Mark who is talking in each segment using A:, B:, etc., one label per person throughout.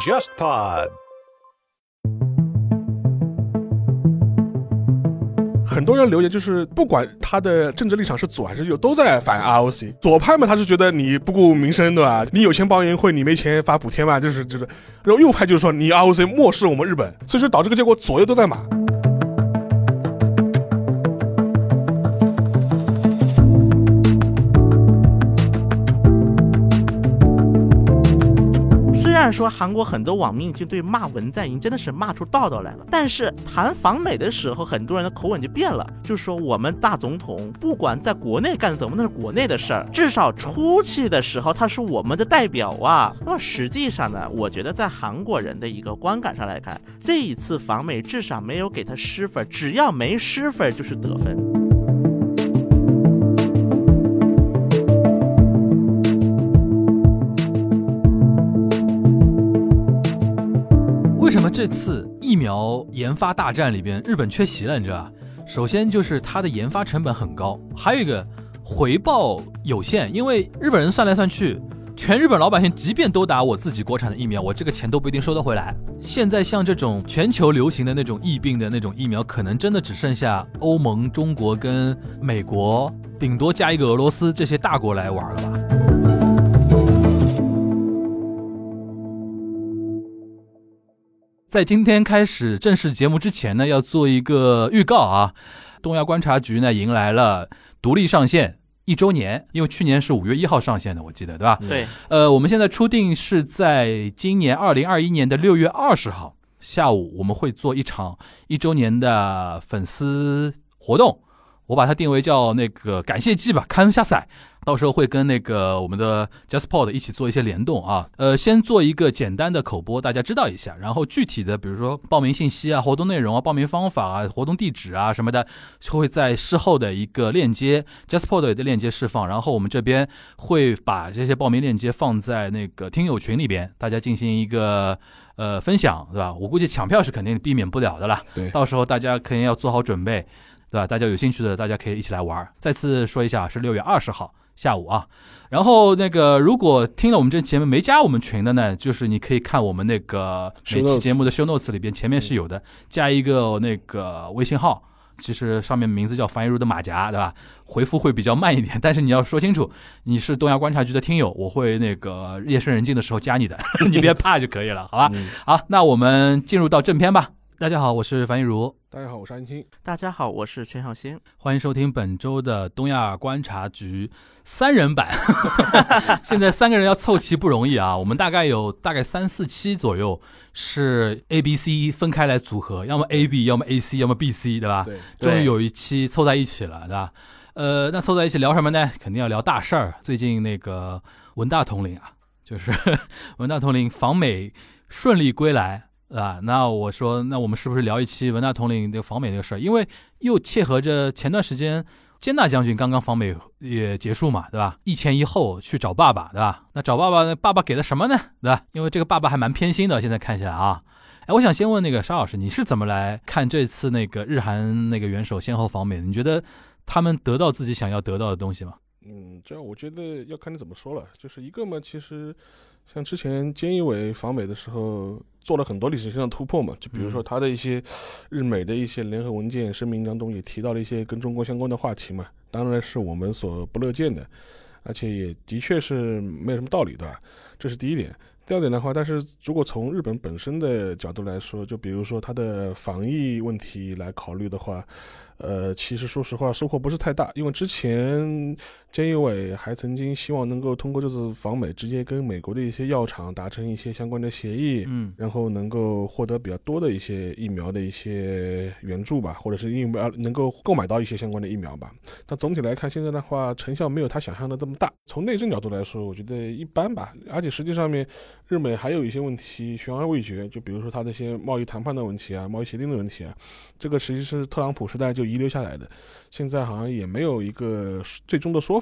A: JustPod。
B: 很多人留言就是，不管他的政治立场是左还是右，都在反 ROC。左派嘛，他是觉得你不顾民生，对吧？你有钱帮人会，你没钱发补贴嘛，就是就是。然后右派就是说你 ROC 漠视我们日本，所以说导致这个结果左右都在骂。
C: 虽然说韩国很多网民已经对骂文在寅真的是骂出道道来了，但是谈访美的时候，很多人的口吻就变了，就说我们大总统不管在国内干怎么，那是国内的事儿，至少出去的时候他是我们的代表啊。那么实际上呢，我觉得在韩国人的一个观感上来看，这一次访美至少没有给他失分，只要没失分就是得分。
D: 为什么这次疫苗研发大战里边日本缺席了？你知道吧？首先就是它的研发成本很高，还有一个回报有限，因为日本人算来算去。全日本老百姓，即便都打我自己国产的疫苗，我这个钱都不一定收得回来。现在像这种全球流行的那种疫病的那种疫苗，可能真的只剩下欧盟、中国跟美国，顶多加一个俄罗斯这些大国来玩了吧。在今天开始正式节目之前呢，要做一个预告啊。东亚观察局呢迎来了独立上线一周年，因为去年是五月一号上线的，我记得对吧？
C: 对，
D: 呃，我们现在初定是在今年二零二一年的六月二十号下午，我们会做一场一周年的粉丝活动，我把它定为叫那个感谢祭吧，看下赛。到时候会跟那个我们的 JustPod 一起做一些联动啊，呃，先做一个简单的口播，大家知道一下，然后具体的比如说报名信息啊、活动内容啊、报名方法啊、活动地址啊什么的，会在事后的一个链接 JustPod 的链接释放，然后我们这边会把这些报名链接放在那个听友群里边，大家进行一个呃分享，对吧？我估计抢票是肯定避免不了的啦，
B: 对
D: 到时候大家肯定要做好准备，对吧？大家有兴趣的，大家可以一起来玩儿。再次说一下，是六月二十号下午啊。然后那个，如果听了我们这节目没加我们群的呢，就是你可以看我们那个
B: Show
D: 每期
B: notes 嗯
D: 节目的 show notes 里边，前面是有的，加一个那个微信号。其实上面名字叫樊一茹的马甲，对吧？回复会比较慢一点，但是你要说清楚，你是东亚观察局的听友，我会那个夜深人静的时候加你的，你别怕就可以了，好吧？
B: 嗯
D: 好，那我们进入到正片吧。大家好，我是樊一茹，
B: 大家好，我是安青。
C: 大家好，我是全小新。
D: 欢迎收听本周的东亚观察局三人版。现在三个人要凑齐不容易啊，我们大概有大概三四期左右是 A、B、C 分开来组合，要么 A、B，要么 A、C，要么 B、C，对吧？啊
B: 对，
D: 终于
C: 对
D: 有一期凑在一起了，对吧？呃，那凑在一起聊什么呢？肯定要聊大事儿。最近那个文大统领啊，就是 文大统领访美顺利归来啊、那我说，那我们是不是聊一期文大统领那个访美那个事儿？因为又切合着前段时间坚大将军刚刚访美也结束嘛，对吧？一前一后去找爸爸，对吧？那找爸爸呢，爸爸给了什么呢？对吧？因为这个爸爸还蛮偏心的，现在看起来啊。哎，我想先问那个沙老师，你是怎么来看这次那个日韩那个元首先后访美的？你觉得他们得到自己想要得到的东西吗？
B: 嗯，这样我觉得要看你怎么说了。就是一个嘛，其实像之前菅义伟访美的时候，做了很多历史性的突破嘛，就比如说
D: 嗯
B: 他的一些日美的一些联合文件声明当中也提到了一些跟中国相关的话题嘛，当然是我们所不乐见的，而且也的确是没有什么道理的，这是第一点。第二点的话，但是如果从日本本身的角度来说，就比如说它的防疫问题来考虑的话，呃，其实说实话收获不是太大，因为之前菅义伟还曾经希望能够通过这次访美，直接跟美国的一些药厂达成一些相关的协议，
D: 嗯
B: 然后能够获得比较多的一些疫苗的一些援助吧，或者是疫苗能够购买到一些相关的疫苗吧。但总体来看，现在的话成效没有他想象的这么大。从内政角度来说，我觉得一般吧。而且实际上面，日美还有一些问题悬而未决，就比如说他这些贸易谈判的问题啊、贸易协定的问题啊，这个实际是特朗普时代就遗留下来的，现在好像也没有一个最终的说法。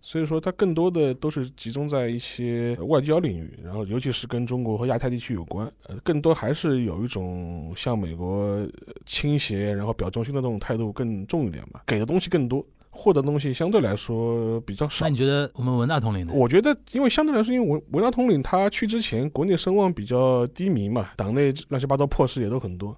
B: 所以说，它更多的都是集中在一些呃外交领域，然后尤其是跟中国和亚太地区有关，呃，更多还是有一种向美国呃倾斜，然后表忠心的这种态度更重一点嘛，给的东西更多。获得的东西相对来说比较少
D: 那。你觉得我们文大统领呢？
B: 我觉得，因为相对来说，因为文文大统领他去之前，国内声望比较低迷嘛，党内乱七八糟破事也都很多，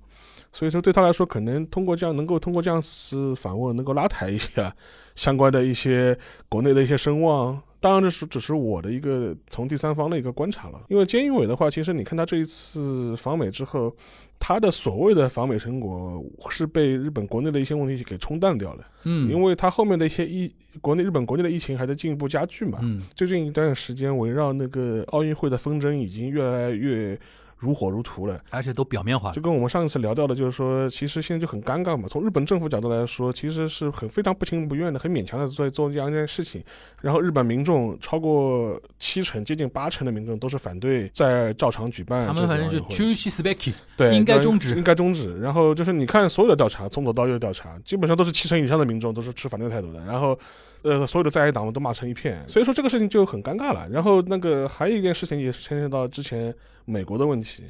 B: 所以说对他来说，可能通过这样能够通过这样次访问，能够拉抬一下相关的一些国内的一些声望。当然，这是只是我的一个从第三方的一个观察了。因为菅义伟的话，其实你看他这一次访美之后，他的所谓的访美成果是被日本国内的一些问题给冲淡掉了，
D: 嗯，
B: 因为他后面的一些疫国内日本国内的疫情还在进一步加剧嘛。
D: 嗯
B: 最近一段时间，围绕那个奥运会的纷争已经越来越如火如荼了。
D: 而且都表面化
B: 就，跟我们上一次聊到的，就是说，其实现在就很尴尬嘛。从日本政府角度来说，其实是很非常不情不愿的、很勉强的在做这样一件事情。然后，日本民众超过七成、接近八成的民众都是反对在照常举办
D: 他
B: 这
D: 们
B: 种奥
D: 反
B: 运
D: 正
B: 会
D: 就
B: 的。
D: j u s p e c
B: 对，
D: 应该
B: 当然
D: 终止
B: 应该终止。然后就是你看所有的调查，从左到右的调查，基本上都是七成以上的民众都是持反对态度的。然后，呃，所有的在野党们都骂成一片，所以说这个事情就很尴尬了。然后那个还有一件事情也是牵涉到之前美国的问题，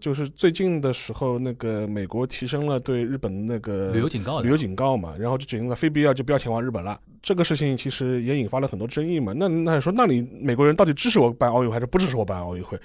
B: 就是最近的时候，那个美国提升了对日本那个
D: 旅游警告的
B: 呃旅游警告嘛，然后就决定了非必要就不要前往日本了。这个事情其实也引发了很多争议嘛。那那你说，那你美国人到底支持我办奥运会还是不支持我办奥运会？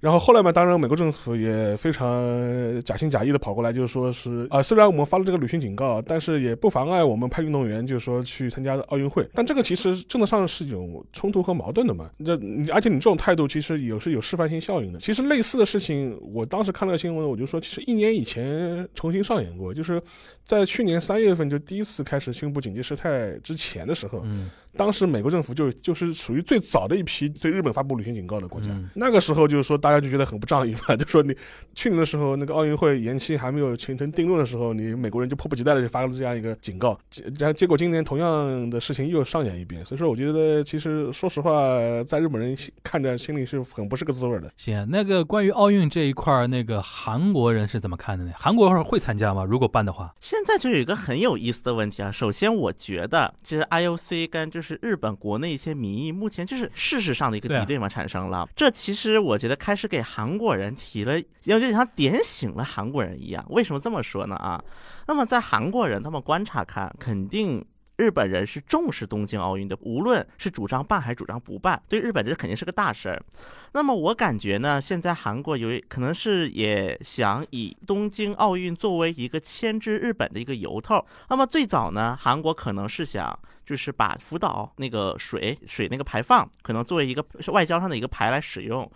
B: 然后后来嘛，当然美国政府也非常假信假意的跑过来，就是说是啊、虽然我们发了这个旅行警告，但是也不妨碍我们派运动员就是说去参加奥运会。但这个其实政策上是有冲突和矛盾的嘛。这你而且你这种态度其实有是有示范性效应的。其实类似的事情，我当时看了个新闻，我就说，其实一年以前重新上演过，就是在去年三月份就第一次开始宣布紧急事态之前的时候，
D: 嗯，
B: 当时美国政府就就是属于最早的一批对日本发布旅行警告的国家。
D: 嗯
B: 那个时候就是说，大家就觉得很不仗义嘛， 就说你去年的时候那个奥运会延期还没有形成定论的时候，你美国人就迫不及待的就发了这样一个警告，结然后结果今年同样的事情又上演一遍。所以说，我觉得其实说实话，在日本人心看着心里是很不是个滋味的。
D: 行，那个关于奥运这一块儿，那个韩国人是怎么看的呢？韩国会参加吗？如果办的话，
C: 现在就有一个很有意思的问题啊。首先，我觉得其实 IOC 跟就是日本国内一些民意，目前就是事实上的一个
D: 对啊
C: 敌对嘛产生了。这其实我觉得开始给韩国人提了，有点像点醒了韩国人一样。为什么这么说呢？啊，那么在韩国人他们观察看，肯定。日本人是重视东京奥运的，无论是主张办还是主张不办，对日本这肯定是个大事儿。那么我感觉呢，现在韩国有可能是也想以东京奥运作为一个牵制日本的一个由头。那么最早呢，韩国可能是想就是把福岛那个水水那个排放，可能作为一个外交上的一个牌来使用。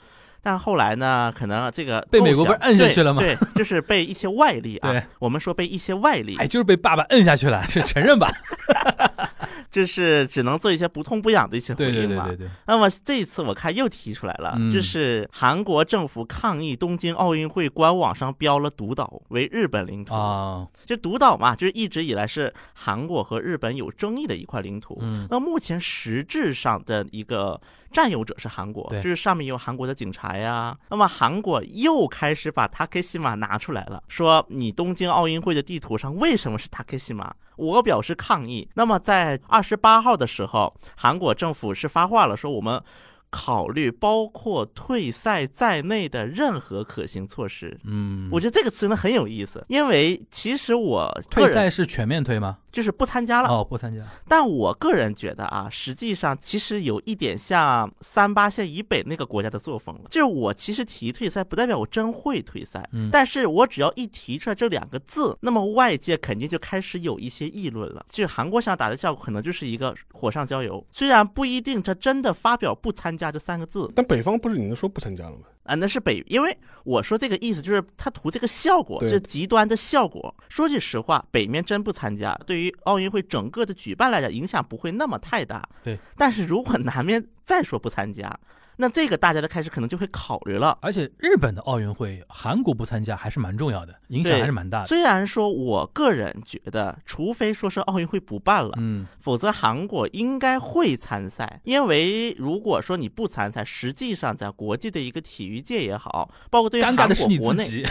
C: 但后来呢，可能这个
D: 被美国不是
C: 构想
D: 摁下
C: 对
D: 去了吗
C: 对，就是被一些外力
D: 对
C: 啊，我们说被一些外力，
D: 哎，就是被爸爸摁下去了，是承认吧？
C: 就是只能做一些不痛不痒的一些回
D: 对对
C: 应
D: 对
C: 嘛
D: 对。对，
C: 那么这一次我看又提出来了，
D: 嗯
C: 就是韩国政府抗议东京奥运会官网上标了独岛为日本领土。
D: 啊，
C: 就独岛嘛，就是一直以来是韩国和日本有争议的一块领土。
D: 嗯
C: 那目前实质上的一个占有者是韩国，
D: 对
C: 就是上面有韩国的警察呀。那么韩国又开始把塔克西马拿出来了，说你东京奥运会的地图上为什么是塔克西马？我表示抗议。那么在二十八号的时候，韩国政府是发话了，说我们。考虑包括退赛在内的任何可行措施。
D: 嗯，
C: 我觉得这个词呢很有意思，因为其实我个
D: 退
C: 人
D: 赛是全面退吗？
C: 就是不参加了，
D: 哦，不参加，
C: 但我个人觉得啊，实际上其实有一点像三八线以北那个国家的作风了，就是我其实提退赛不代表我真会退赛，
D: 嗯
C: 但是我只要一提出来这两个字，那么外界肯定就开始有一些议论了。就韩国想打的效果，可能就是一个火上浇油，虽然不一定这真的发表不参加这三个字，
B: 但北方不是已经说不参加了吗？
C: 啊，那是北，因为我说这个意思就是他图这个效果，
B: 对
C: 这极端的效果。说句实话，北面真不参加，对于奥运会整个的举办来讲，影响不会那么太大。
D: 对，
C: 但是如果南面再说不参加，那这个大家的开始可能就会考虑了。
D: 而且日本的奥运会，韩国不参加还是蛮重要的，影响
C: 对
D: 还是蛮大的。
C: 虽然说我个人觉得，除非说是奥运会不办了，
D: 嗯，
C: 否则韩国应该会参赛，因为如果说你不参赛，实际上在国际的一个体育界也好，包括对于
D: 尴
C: 韩
D: 尬的是
C: 国
D: 你
C: 国
D: 自
C: 内，
D: 己，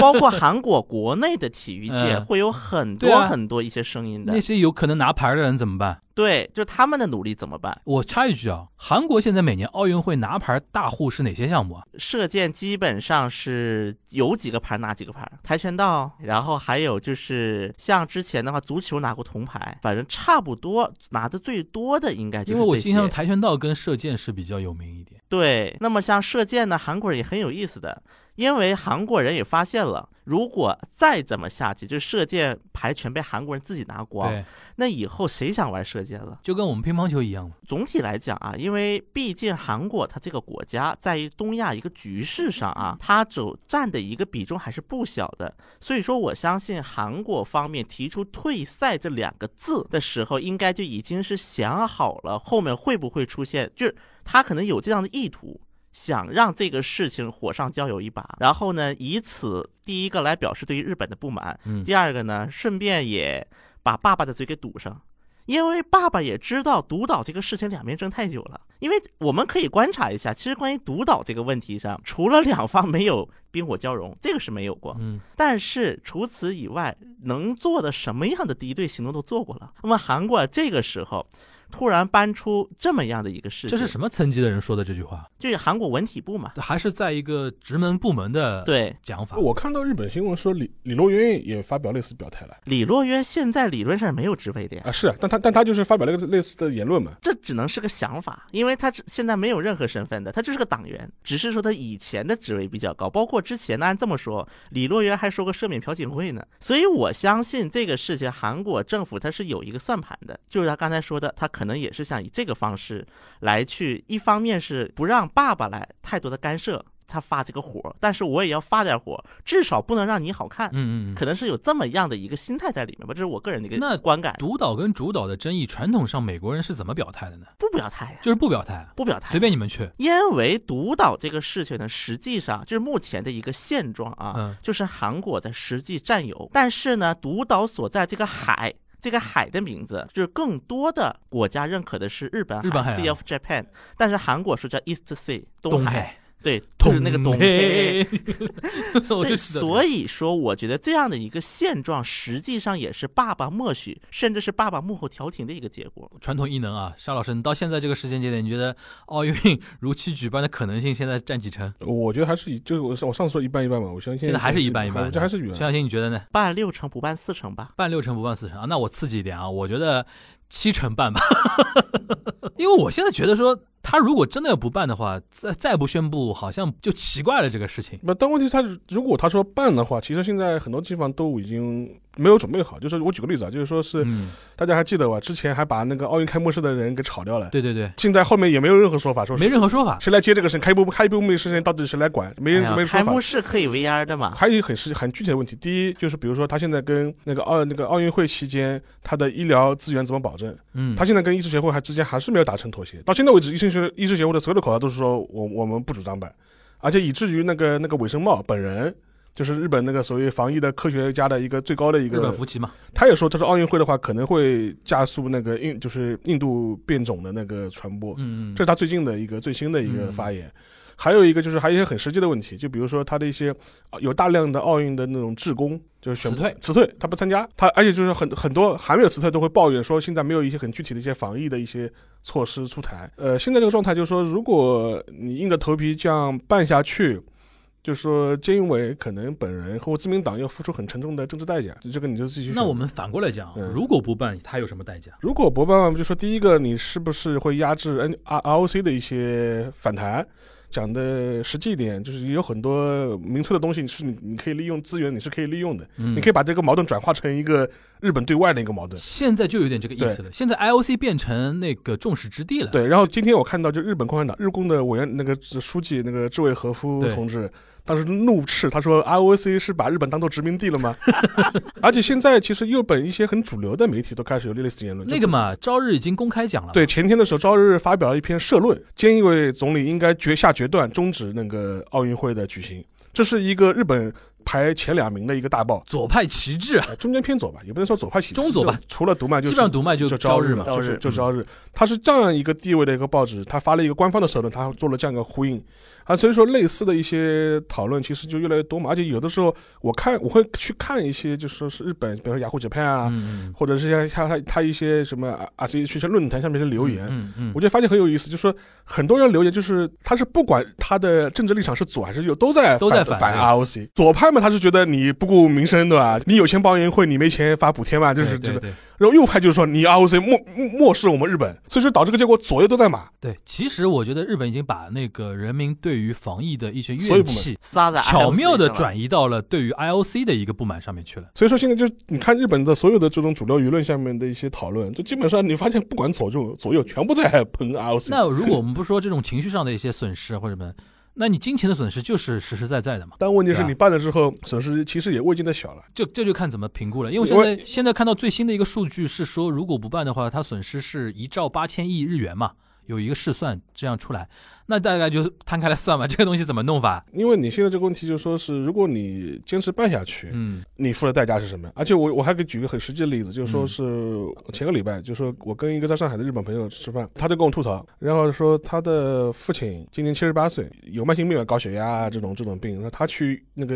C: 包括韩国国内的体育界
D: 嗯
C: 会有很
D: 对
C: 多
D: 啊
C: 很多一些声音的
D: 那。些有可能拿牌的人怎么办？
C: 对，就是他们的努力怎么办？
D: 我插一句啊，韩国现在每年奥运会拿牌大户是哪些项目啊？
C: 射箭基本上是有几个牌拿几个牌，跆拳道，然后还有就是像之前的话，足球拿过铜牌，反正差不多拿的最多的应该就是
D: 因为我
C: 这
D: 印象中
C: 些
D: 跆拳道跟射箭是比较有名一点。
C: 对，那么像射箭呢，韩国人也很有意思的，因为韩国人也发现了，如果再这么下去，就射箭牌全被韩国人自己拿光，
D: 对，
C: 那以后谁想玩射箭了？
D: 就跟我们乒乓球一样嘛。
C: 总体来讲啊，因为毕竟韩国它这个国家在于东亚一个局势上啊，它所占的一个比重还是不小的，所以说我相信韩国方面提出退赛这两个字的时候，应该就已经是想好了后面会不会出现，就是他可能有这样的意图。想让这个事情火上浇油一把，然后呢，以此第一个来表示对于日本的不满，
D: 嗯
C: 第二个呢，顺便也把爸爸的嘴给堵上，因为爸爸也知道独岛这个事情两边争太久了。因为我们可以观察一下，其实关于独岛这个问题上，除了两方没有冰火交融，这个是没有过。
D: 嗯，
C: 但是除此以外，能做的什么样的敌对行动都做过了。那么韩国这个时候突然搬出这么样的一个事情，
D: 这是什么层级的人说的这句话？
C: 就是韩国文体部嘛？
D: 还是在一个直门部门的
C: 对，
D: 讲法？
B: 我看到日本新闻说李李洛渊也发表类似表态了
C: 李洛渊现在理论上没有职位的呀。
B: 啊，是啊，但他但他就是发表了一个类似的言论嘛，
C: 这只能是个想法，因为他是现在没有任何身份的，他就是个党员，只是说他以前的职位比较高，包括之前呢，按这么说，李洛渊还说过赦免朴槿惠呢，所以我相信这个事情，韩国政府他是有一个算盘的，就是他刚才说的，他可能也是想以这个方式来去，一方面是不让爸爸来太多的干涉。他发这个火，但是我也要发点火，至少不能让你好看，
D: 嗯嗯嗯。
C: 可能是有这么样的一个心态在里面吧，这是我个人的一
D: 那
C: 个观感。
D: 独岛跟主导的争议，传统上美国人是怎么表态的呢？
C: 不表态呀、
D: 就是不表态，啊
C: 不表态
D: 随。便你们去。
C: 因为独岛这个事情呢，实际上就是目前的一个现状啊，
D: 嗯
C: 就是韩国在实际占有，但是呢，独岛所在这个海。这个海的名字就是更多的国家认可的是日本海
D: 日本海啊
C: Sea of Japan，但是韩国是叫 East Sea 东
D: 东
C: 海，
D: 海，
C: 对，就是那个东 海。，
D: 东 我
C: 对，
D: 就记得这个
C: 所以说，我觉得这样的一个现状，实际上也是爸爸默许，甚至是爸爸幕后调停的一个结果。
D: 传统异能啊，沙老师，你到现在这个时间节点，你觉得奥运如期举办的可能性现在占几成？
B: 我觉得还是以就是我上我上次说一半一半嘛，我相信
D: 现在还是一半一半
B: 我觉得还是一
D: 陈
B: 半。
D: 小新，你觉得呢？
C: 办六成不办四成吧，
D: 办六成不办四成啊？那我刺激一点啊，我觉得七成 半吧，因为我现在觉得说，他如果真的不办的话，再再不宣布，好像就奇怪了这个事情。
B: 那但问题是他如果他说办的话，其实现在很多地方都已经没有准备好。就是我举个例子啊，就是说是、
D: 嗯，
B: 大家还记得吧？之前还把那个奥运开幕式的人给炒掉了，
D: 对对对，
B: 现在后面也没有任何说法，说是
D: 没任何说法。
B: 谁来接这个事？开幕开幕式事情到底谁来管？没人、
D: 哎呀
B: 没人说
C: 开
B: 法
C: 幕。式可以 VR 的嘛？
B: 还有一个很实很具体的问题，第一就是比如说他现在跟那个奥那个奥运会期间，他的医疗资源怎么保证？
D: 嗯，
B: 他现在跟医师协会还之间还是没有达成妥协。到现在为止，医生学医师协会的所有的口号都是说我我们不主张办，而且以至于那个那个尾生茂本人。就是日本那个所谓防疫的科学家的一个最高的一
D: 日本
B: 个，
D: 服旗嘛，
B: 他也说，他说奥运会的话可能会加速那个印就是印度变种的那个传播，
D: 嗯，嗯嗯
B: 这是他最近的一个最新的一个发言。还有一个就是还有一些很实际的问题，就比如说他的一些呃有大量的奥运的那种志工，就是选
D: 辞退
B: 辞退，他不参加，他而且就是很很多还没有辞退都会抱怨说现在没有一些很具体的一些防疫的一些措施出台。呃，现在这个状态就是说，如果你硬着头皮这样办下去。就是说，菅义伟可能本人或自民党要付出很沉重的政治代价，这个你就自己去选
D: 那我们反过来讲，啊
B: 嗯
D: 如果不办，他有什么代价？
B: 如果不办嘛，就说第一个，你是不是会压制 N R R O C 的一些反弹？讲的实际一点，就是有很多民粹的东西是你你可以利用资源，你是可以利用的，
D: 嗯
B: 你可以把这个矛盾转化成一个日本对外的一个矛盾。
D: 现在就有点这个意思了。现在 IOC 变成那个众矢之的了。，
B: 对，然后今天我看到，就日本共产党日共的委员那个书记那个志伟和夫
D: 对
B: 同志，当时怒斥他说 r O C 是把日本当做殖民地了吗？ 而且现在其实日本一些很主流的媒体都开始有类似言论，就
D: 那个嘛，朝日已经公开讲了。
B: 对，前天的时候，朝日发表了一篇社论，建议为总理应该决下决断，终止那个奥运会的举行。这是一个日本排前两名的一个大报，
D: 左派旗帜啊，
B: 呃中间偏左吧，也不能说左派起，
D: 中左吧
B: 就除了读卖就
D: 基
B: 是
D: 本上读卖
B: 就
D: 朝
B: 日
D: 嘛，
C: 朝
B: 就是
C: 日
B: 就
D: 嗯
B: 朝日，它是这样一个地位的一个报纸，它发了一个官方的社论，它做了这样一个呼应啊，所以说类似的一些讨论其实就越来越多嘛，而且有的时候我看我会去看一些，就说是日本，比如说雅虎 Japan 啊，
D: 嗯，嗯
B: 或者是像像他他一些什么 R C H 论坛上面的留言，
D: 嗯嗯，
B: 我就发现很有意思，就是说很多人留言，就是他是不管他的政治立场是左还是右，都在
D: 都在
B: 反
D: 反
B: 反 ROC。左派嘛，他是觉得你不顾民生，对吧？你有钱帮人会，你没钱发补贴嘛，就是
D: 对
B: 这
D: 对
B: 个。
D: 对
B: 然后右派就是说你 ROC 漠漠漠视我们日本，所以说导致这个结果左右都在骂。
D: 对，其实我觉得日本已经把那个人民对于防疫的一些
B: 所有
D: 怨
B: 部门
D: 气，
C: 撒在
D: 巧妙的
C: IOC 上了
D: 转移到了对于 IOC 的一个不满上面去了。
B: 所以说现在就是你看日本的所有的这种主流舆论下面的一些讨论，就基本上你发现不管左右左右全部在喷 ROC。
D: 那如果我们不说这种情绪上的一些损失或者什么，那你金钱的损失就是实实在在的嘛。
B: 但问题是
D: 对啊
B: 你办了之后，损失其实也未见得小了。
D: 这这就看怎么评估了，因为
B: 因
D: 现
B: 为
D: 在现在看到最新的一个数据是说，如果不办的话，它损失是一兆八千亿日元嘛，有一个试算这样出来，那大概就摊开来算吧，这个东西怎么弄法？
B: 因为你现在这个问题就是说是，如果你坚持办下去，
D: 嗯
B: 你付的代价是什么？而且我我还给举一个很实际的例子，就是
D: 嗯
B: 说是前个礼拜，就是说我跟一个在上海的日本朋友吃饭，他就跟我吐槽，然后说他的父亲今年七十八岁，有慢性病啊，高血压啊这种这种病，然后他去那个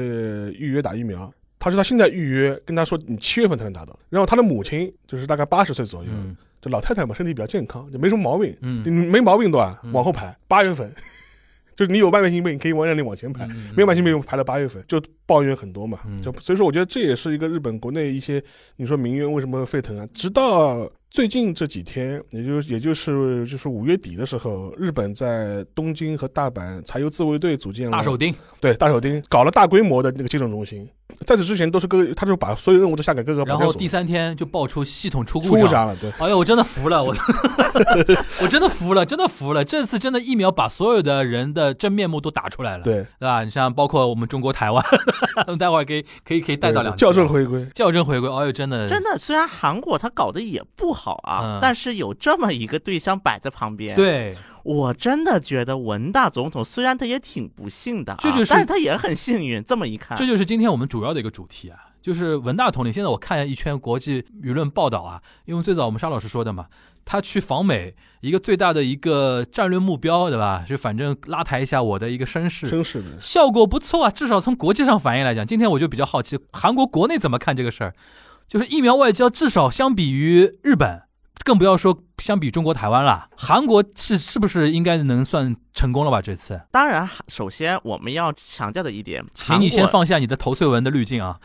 B: 预约打疫苗。他说他现在预约，跟他说你七月份才能打到。然后他的母亲就是大概八十岁左右，
D: 嗯
B: 就老太太嘛，身体比较健康，就没什么毛病，你
D: 嗯，
B: 没毛病对吧？
D: 嗯
B: 往后排，八月份， 就是你有慢性病，可以往让你往前
D: 嗯
B: 排。没有慢性
D: 病，
B: 病排到八月份，就抱怨很多嘛，
D: 嗯
B: 就所以说我觉得这也是一个日本国内一些你说民怨为什么沸腾啊？直到最近这几天，也就也就是就是五月底的时候，日本在东京和大阪柴油自卫队组建了
D: 大手钉，
B: 对大手町搞了大规模的那个接种中心，在此之前都是各他就把所有任务都下给各个
D: 然
B: 保健
D: 后
B: 所
D: 第三天就爆出系统出
B: 出
D: 故障。
B: 了，对。
D: 哎呦，我真的 服了，我我真的服了，真的服了！这次真的疫苗把所有的人的真面目都打出来了，
B: 对，
D: 对吧？你像包括我们中国台湾， 待会儿可以可以可以带到两
B: 对
D: 句
B: 校正回归，
D: 校正回归，哎呦，真的
C: 真的，虽然韩国它搞得也不好啊，
D: 嗯
C: 但是有这么一个对象摆在旁边，
D: 对，
C: 我真的觉得文大总统虽然他也挺不幸的、啊，
D: 这就是
C: 但是他也很幸运。这么一看，
D: 这就是今天我们主要的一个主题啊，就是文大统领。现在我看了一圈国际舆论报道啊，因为最早我们沙老师说的嘛，他去访美一个最大的一个战略目标，对吧？就反正拉抬一下我的一个声势。
B: 真是的。
D: 效果不错啊，至少从国际上反应来讲，今天我就比较好奇韩国国内怎么看这个事儿。就是疫苗外交，至少相比于日本，更不要说相比中国台湾了，韩国是是不是应该能算成功了吧？这次，
C: 当然，首先我们要强调的一点，
D: 请你先
C: 韩国
D: 放下你的头碎文的滤镜啊。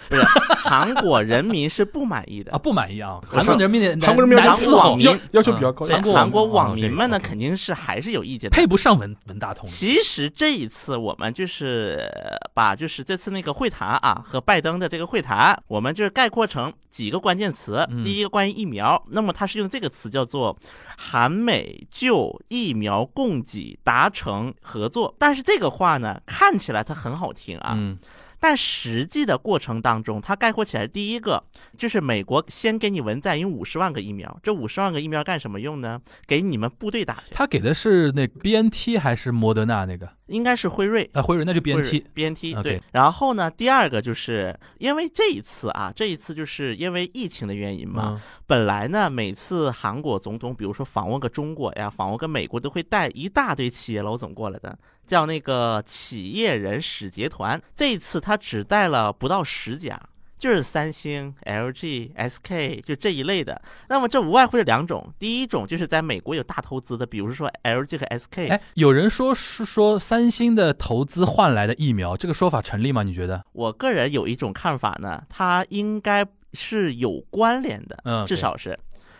C: 韩国人民是不满意的
D: 啊，。不满意啊！
B: 我
D: 韩国
B: 说
D: 人民的
B: 韩国人民
D: 难
B: 要
D: 伺候
C: 民，
B: 要要求比较高，
C: 对
D: 嗯韩国
C: 韩国
D: 网
C: 网
D: 民
C: 民们呢，
D: 哦对
C: 肯定是还是有意见的。
D: 配不上文文大统。
C: 其实这一次我们就是呃把就是这次那个会谈啊和拜登的这个会谈，我们就是概括成几个关键词。
D: 嗯
C: 第一个关于疫苗，那么它是用这个词叫做韩美就疫苗供给达成合作。但是这个话呢，看起来它很好听啊，
D: 嗯
C: 但实际的过程当中，它概括起来，第一个就是美国先给你文在寅五十万个疫苗，这五十万个疫苗干什么用呢？给你们部队打去，
D: 他给的是那 B N T 还是莫德纳那个？
C: 应该是辉瑞。
D: 啊，辉瑞那就 B
C: 或
D: N
C: 者
D: T。
C: BNT
D: OK
C: 对。然后呢，第二个就是因为这一次啊，这一次就是因为疫情的原因嘛。
D: 嗯
C: 本来呢，每次韩国总统比如说访问个中国呀，访问个美国，都会带一大堆企业老总过来的，叫那个企业人使节团。这一次他只带了不到十家。就是三星、LG、SK 就这一类的，那么这无外乎是两种，第一种就是在美国有大投资的，比如说 LG 和 SK，
D: 哎，有人说是说三星的投资换来的疫苗，这个说法成立吗？你觉得？
C: 我个人有一种看法呢，它应该是有关联的，
D: 嗯
C: 至
D: 对
C: 少是，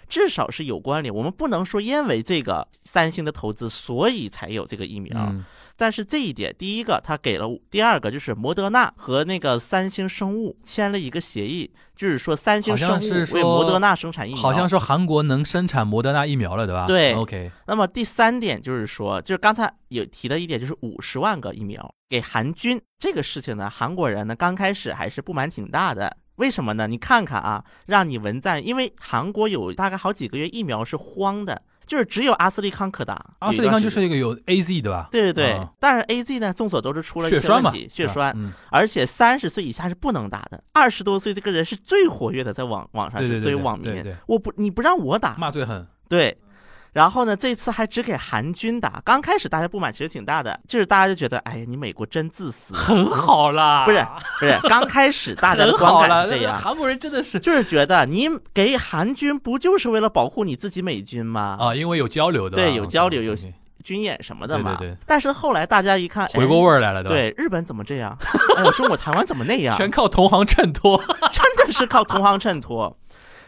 C: 至少是有关联。我们不能说因为这个三星的投资，所以才有这个疫苗。
D: 嗯
C: 但是这一点，第一个它给了，第二个就是摩德纳和那个三星生物签了一个协议，就是说三星
D: 好
C: 生
D: 像是
C: 物为
D: 说
C: 摩德纳生产疫苗，
D: 好像说韩国能生产莫德纳疫苗了，对吧？
C: 对
D: ，OK，
C: 那么第三点就是说，就是刚才有提的一点，就是五十万个疫苗给韩军这个事情呢，韩国人呢刚开始还是不满挺大的。为什么呢？你看看啊，让你文在，因为韩国有大概好几个月疫苗是荒的，就是只有阿斯利康可打。
D: 阿斯利康
C: 有一
D: 就
C: 段时间
D: 是一个有 AZ 的吧？
C: 对对对，
D: 啊
C: 但是 A Z 呢，众所周知出了一
D: 血
C: 些
D: 栓
C: 问
D: 嘛，
C: 题，血
D: 是吧
C: 栓，
D: 嗯
C: 而且三十岁以下是不能打的。二十多岁这个人是最活跃的，在网网上
D: 对
C: 是
D: 对
C: 作
D: 对
C: 为
D: 对
C: 网
D: 对
C: 民
D: 对，
C: 我不你不让我打，
D: 骂最狠，
C: 对。然后呢，这次还只给韩军打。刚开始大家不满其实挺大的，就是大家就觉得，哎呀，你美国真自 私。
D: 很好啦，
C: 不是不是，刚开始大家的
D: 很
C: 观
D: 好
C: 感
D: 了，
C: 是这样，
D: 韩国人真的是
C: 就是觉得你给韩军不就是为了保护你自己美军吗？
D: 啊，因为有交流的吧，
C: 对有交流
D: 嗯
C: 有
D: 嗯
C: 军演什么的
D: 对
C: 嘛。
D: 对对
C: 但是后来大家一看，
D: 回过味儿来了，
C: 哎。
D: 吧？
C: 对，日本怎么这样？ 哎呦，中国台湾怎么那样？
D: 全靠同行衬托，
C: 真的是靠同行衬托，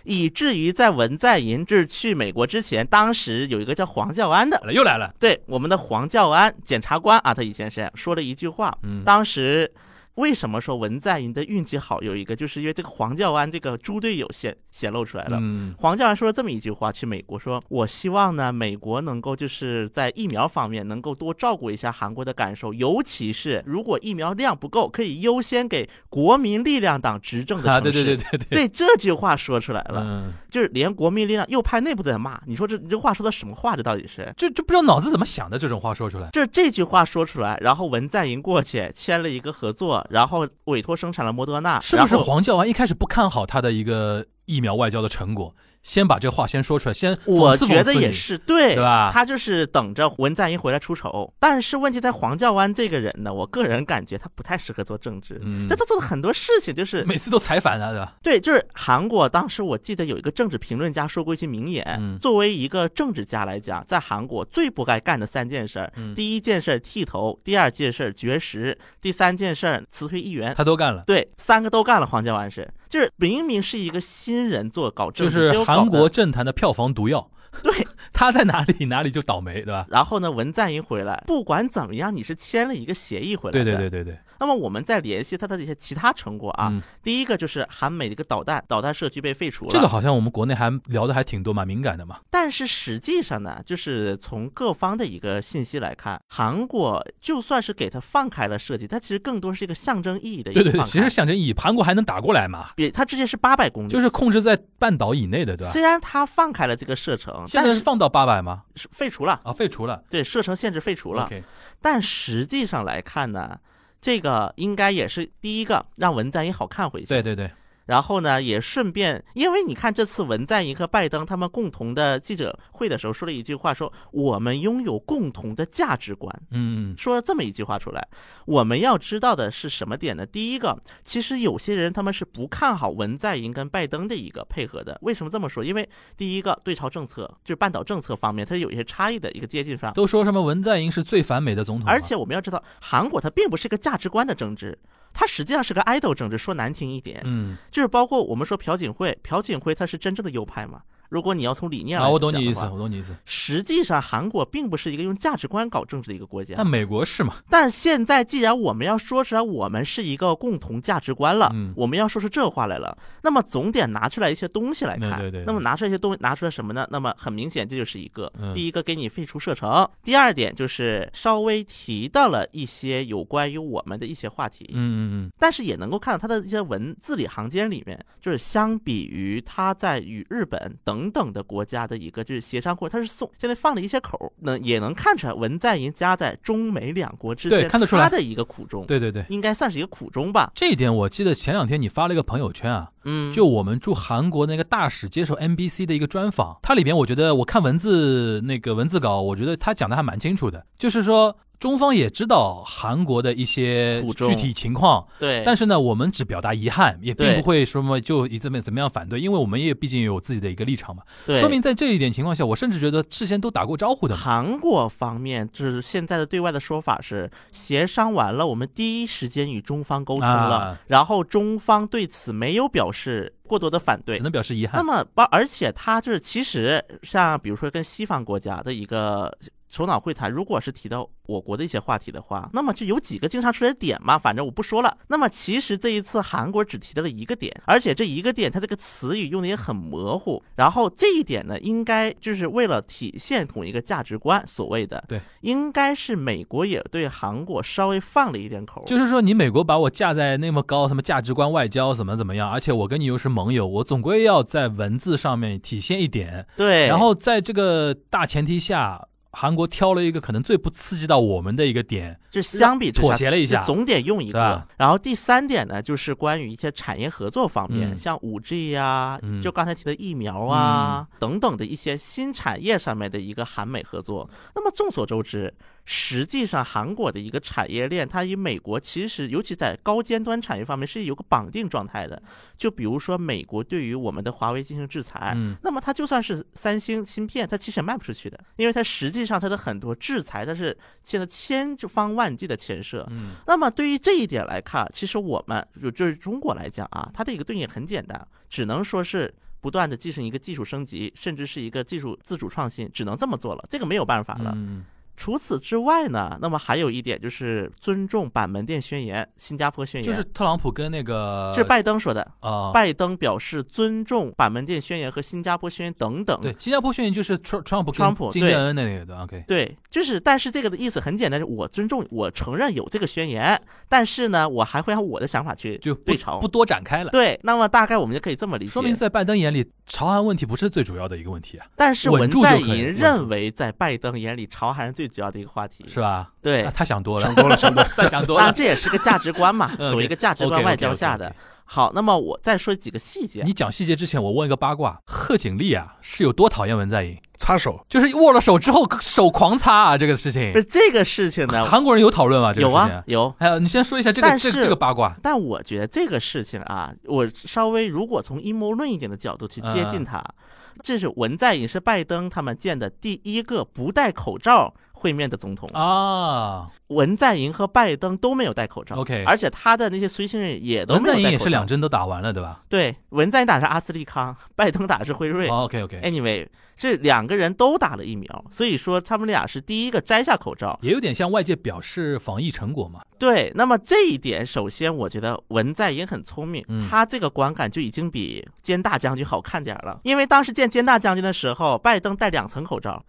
C: 以至于在文在寅这去美国之前，当时有一个叫黄教安的，
D: 又来了，
C: 对我们的黄教安检察官啊，他以前是说了一句话，
D: 嗯
C: 当时。为什么说文在寅的运气好？有一个就是因为这个黄教安这个猪队友显显露出来了。
D: 嗯，
C: 黄教安说了这么一句话，去美国说：“我希望呢，美国能够就是在疫苗方面能够多照顾一下韩国的感受，尤其是如果疫苗量不够，可以优先给国民力量党执政的城市。
D: 啊，对对对对
C: 对
D: 对，
C: 这句话说出来了，
D: 嗯，
C: 就是连国民力量右派内部都在骂。你说这这话说的什么话？这到底是？
D: 这这不知道脑子怎么想的，这种话说出来，
C: 这这句话说出来，然后文在寅过去签了一个合作，然后委托生产了莫德纳，
D: 是不是
C: 然后
D: 黄教安一开始不看好他的一个疫苗外交的成果，先把这话先说出来，先
C: 我
D: 讽刺
C: 觉
D: 讽
C: 得
D: 刺
C: 也
D: 你
C: 是对，
D: 对吧
C: 他就是等着文在寅回来出丑。但是问题在黄教安这个人呢，我个人感觉他不太适合做政治。
D: 嗯
C: 就他做的很多事情，就是
D: 每次都采反啊，对吧？
C: 对，就是韩国当时我记得有一个政治评论家说过一句名言，
D: 嗯
C: 作为一个政治家来讲，在韩国最不该干的三件事儿，
D: 嗯
C: 第一件事儿剃头，第二件事儿绝食，第三件事儿辞退议员。
D: 他都干了。
C: 对，三个都干了，黄教安是，就是明明是一个新人做搞政
D: 就
C: 治，
D: 是
C: 结果搞
D: 韩国
C: 得
D: 政坛的票房毒药，
C: 对，
D: 他在哪里哪里就倒霉，对吧？
C: 然后呢，文在寅回来，不管怎么样，你是签了一个协议回来
D: 对
C: 的。
D: 对对。对对，
C: 那么我们再联系他的一些其他成果啊，
D: 嗯
C: 第一个就是韩美的一个导弹导弹社区被废除了。
D: 这个好像我们国内还聊的还挺多，蛮敏感的嘛。
C: 但是实际上呢，就是从各方的一个信息来看，韩国就算是给它放开了设计，它其实更多是一个象征意义的一
D: 对
C: 个
D: 对
C: 放
D: 对，
C: 开。嗯
D: 其实象征意义，韩国还能打过来嘛？
C: 比它之前是八百公里，
D: 就是控制在半岛以内的，对吧？
C: 虽然它放开了这个射程，
D: 现
C: 啊但
D: 在
C: 是
D: 是放到八百吗？
C: 是废除了，
D: 啊，废除了，
C: 对射程限制废除了。
D: OK，
C: 但实际上来看呢，这个应该也是第一个让文在寅好看回去。
D: 对对对，
C: 然后呢，也顺便，因为你看这次文在寅和拜登他们共同的记者会的时候说了一句话说，我们拥有共同的价值观。
D: 嗯，嗯
C: 说了这么一句话出来，我们要知道的是什么点呢？第一个，其实有些人他们是不看好文在寅跟拜登的一个配合的。为什么这么说？因为第一个对朝政策，就是半岛政策方面，它是有一些差异的一个接近上。
D: 都说什么文在寅是最反美的总统嘛，
C: 而且我们要知道，韩国它并不是一个价值观的政治，它实际上是个 idol 政治。说难听一点，
D: 嗯，
C: 就是包括我们说朴槿惠，朴槿惠她是真正的右派嘛？如果你要从理念来
D: 啊，
C: 讲
D: 我懂你意
C: 的
D: 思，
C: 话
D: 我懂你意思。
C: 实际上韩国并不是一个用价值观搞政治的一个国家。
D: 但美国是嘛？
C: 但现在既然我们要说出来，我们是一个共同价值观了，
D: 嗯
C: 我们要说出这话来了，那么总得拿出来一些东西来看。
D: 对对对
C: 那么拿出来一些东西，拿出来什么呢？那么很明显，这就是一个、
D: 嗯
C: 第一个给你废除射程，第二点就是稍微提到了一些有关于我们的一些话题。
D: 嗯嗯
C: 但是也能够看到它的一些文字里行间里面，就是相比于它在与日本等等的国家的一个就是协商过程，它是送现在放了一些口儿，能也能看出来文在寅夹在中美两国之
D: 对
C: 间
D: 看得出来
C: 他的一个苦衷
D: 嗯，，对对对，
C: 应该算是一个苦衷吧。
D: 这一点我记得前两天你发了一个朋友圈啊，
C: 嗯，
D: 就我们驻韩国那个大使接受 NBC 的一个专访，它里边我觉得我看文字那个文字稿，我觉得他讲的还蛮清楚的，就是说中方也知道韩国的一些
C: 苦衷
D: 具体情况，
C: 对，
D: 但是呢，我们只表达遗憾，也并
C: 对
D: 不会说么就以怎么怎么样反对，因为我们也毕竟有自己的一个立场嘛。
C: 对
D: 说明在这一点情况下，我甚至觉得事先都打过招呼的嘛。
C: 韩国方面就是现在的对外的说法是，协商完了，我们第一时间与中方沟通了，
D: 啊
C: 然后中方对此没有表示过多的反对
D: 只，能表示遗
C: 那
D: 憾。
C: 么包，而且它就是其实像比如说跟西方国家的一个首脑会谈如果是提到我国的一些话题的话，那么就有几个经常出来的点嘛，反正我不说了。那么其实这一次韩国只提到了一个点，而且这一个点它这个词语用的也很模糊。然后这一点呢，应该就是为了体现同一个价值观，所谓的
D: 对，
C: 应该是美国也对韩国稍微放了一点口，
D: 就是说，你美国把我架在那么高，什么价值观、外交，怎么怎么样，而且我跟你又是盟友，我总归要在文字上面体现一点。
C: 对，
D: 然后在这个大前提下，韩国挑了一个可能最不刺激到我们的一个点，
C: 就相比之下
D: 妥协了一下
C: 就总得用一
D: 对
C: 个
D: 吧。
C: 然后第三点呢，就是关于一些产业合作方面，
D: 嗯
C: 像五 G 呀
D: 嗯，
C: 就刚才提的疫苗啊、等等的一些新产业上面的一个韩美合作。那么众所周知，实际上韩国的一个产业链，它与美国其实尤其在高尖端产业方面是有个绑定状态的。就比如说美国对于我们的华为进行制裁，
D: 嗯，
C: 那么它就算是三星芯片，它其实也卖不出去的，因为它实际上它的很多制裁，它是欠了千方万计的牵涉。
D: 嗯，
C: 那么对于这一点来看，其实我们就就是中国来讲啊，它的一个对应很简单，只能说是不断的进行一个技术升级，甚至是一个技术自主创新，只能这么做了，这个没有办法了。
D: 嗯
C: 除此之外呢，那么还有一点就是尊重板门店宣言、新加坡宣言，
D: 嗯就是呃特朗普跟那个
C: 这是拜登说的。
D: 啊、
C: 拜登表示尊重板门店宣言和新加坡宣言等等。
D: 对，新加坡宣言就是川川
C: 嗯
D: 普
C: 川
D: 跟
C: 普
D: 金
C: 对
D: 正恩的那个对吧，OK，
C: 对，就是，但是这个的意思很简单，就是我尊重，我承认有这个宣言，但是呢，我还会按我的想法去
D: 就不
C: 对朝。
D: 不多展开了。
C: 对，那么大概我们就可以这么理解。
D: 说明在拜登眼里，朝韩问题不是最主要的一个问题啊，
C: 但是文
D: 稳住
C: 在
D: 就可以嗯
C: 寅认为，在拜登眼里，朝韩是最主要的一个话题。
D: 是吧？
C: 对
D: 那，他想多了
B: 想，多了，想多了。
D: 他想 多
C: 当然
D: 了。
C: 这也是个价值观 嘛，
D: 嗯
C: 所谓一个价值观
D: OK，OK，OK，OK
C: 外交下的。好，那么我再说几个细节。
D: 嗯你讲细节之前，我问一个八卦：贺锦丽啊，是有多讨厌文在寅？
B: 擦手，
D: 就是握了手之后手狂擦啊，这个事情
C: 不是，这个事情呢，
D: 韩国人有讨论吗？这个
C: 有
D: 事情
C: 啊？有，
D: 还有，你先说一下这个
C: 但
D: 这
C: 是
D: 这个八卦。
C: 但我觉得这个事情啊，我稍微如果从阴谋论一点的角度去接近他，
D: 嗯
C: 这是文在寅是拜登他们见的第一个不戴口罩会面的总统。
D: 啊
C: 文在寅和拜登都没有戴口罩
D: OK
C: 而且他的那些随行人也都
D: 文
C: 没有
D: 在
C: 戴口罩。
D: 寅也是两针都打完了，对吧？
C: 对，文在寅打的是阿斯利康，拜登打的是辉瑞。
D: 哦，OK OK，
C: Anyway，这两个人都打了疫苗，所以说他们俩是第一个摘下口罩。
D: 也有点像外界表示防疫成果嘛。
C: 对，那么这一点，首先我觉得文在寅很聪明，
D: 嗯
C: 他这个观感就已经比菅大将军好看点儿了。因为当时见菅大将军的时候，拜登戴两层口罩，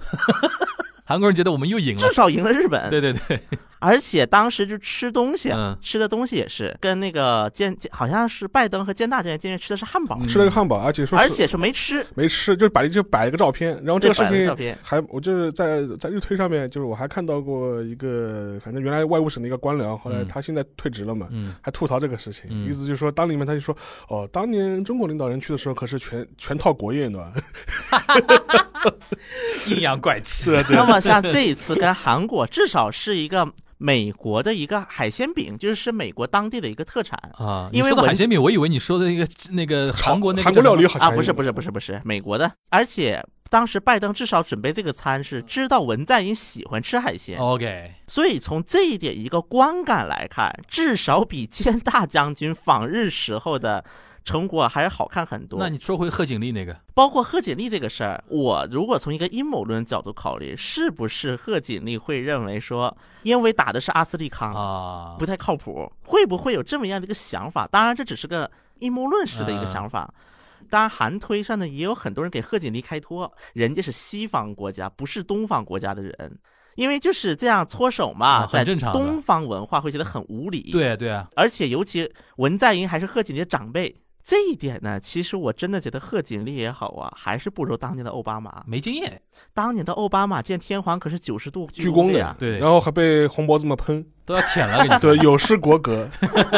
D: 韩国人觉得我们又赢了
C: 至，少赢了日本。
D: 嗯对对对，
C: 而且当时就吃东西，
D: 嗯
C: 吃的东西也是跟那个菅，好像是拜登和菅大将军见面吃的是汉堡，
D: 嗯
B: 吃了个汉堡，而且说是
C: 而且是没吃。
B: 没吃，就摆就摆了个照片。然后这个事
C: 对摆了个
B: 情
C: 照片
B: 还，我就是在在日推上面，就是我还看到过一个，反正原来外务省的一个官僚，后来
D: 嗯
B: 他现在退职了嘛。
D: 嗯，
B: 还吐槽这个事情，
D: 嗯
B: 意思就是说，当里面他就说，哦，当年中国领导人去的时候，可是全全套国宴的，
D: 阴阳怪气。
B: 啊，
C: 那 么像这一次跟韩国，至少是一个美国的一个海鲜饼，就是美国当地的一个特产。
D: 啊，
C: 因为
D: 你说的
C: 我
D: 海鲜饼，我以为你说的一个那个 韩国那个
B: 韩国料理
D: 叫什
B: 好像
C: 啊，不是不
B: 是，
C: 是不是不是美国的，而且当时拜登至少准备这个餐是知道文在寅喜欢吃海鲜，
B: 哦
D: 么 OK，
C: 所以从这一点一个观感来看，至少比 菅大将军访日时候的。成果还是好看很多。
D: 那你说回贺锦丽那个，
C: 包括贺锦丽这个事儿，我如果从一个阴谋论角度考虑，是不是贺锦丽会认为说，因为打的是阿斯利康，
D: 啊，
C: 不太靠谱，会不会有这么样的一个想法？当然，这只是个阴谋论式的一
D: 嗯
C: 个想法。当然，韩推上呢也有很多人给贺锦丽开脱，人家是西方国家，不是东方国家的人，因为就是这样搓手嘛，
D: 啊很
C: 在
D: 正常的
C: 东方文化会觉得很无理。，
D: 对对啊，
C: 而且尤其文在寅还是贺锦丽的长辈，这一点呢，其实我真的觉得贺锦丽也好啊，还是不如当年的奥巴马。
D: 没经验，
C: 当年的奥巴马见天皇可是九十度
B: 鞠
C: 躬
B: 躬的
C: 呀，
D: 对
B: 然，后还被红脖子们喷，
D: 都要舔了， 跟你说
B: 对，有失国格，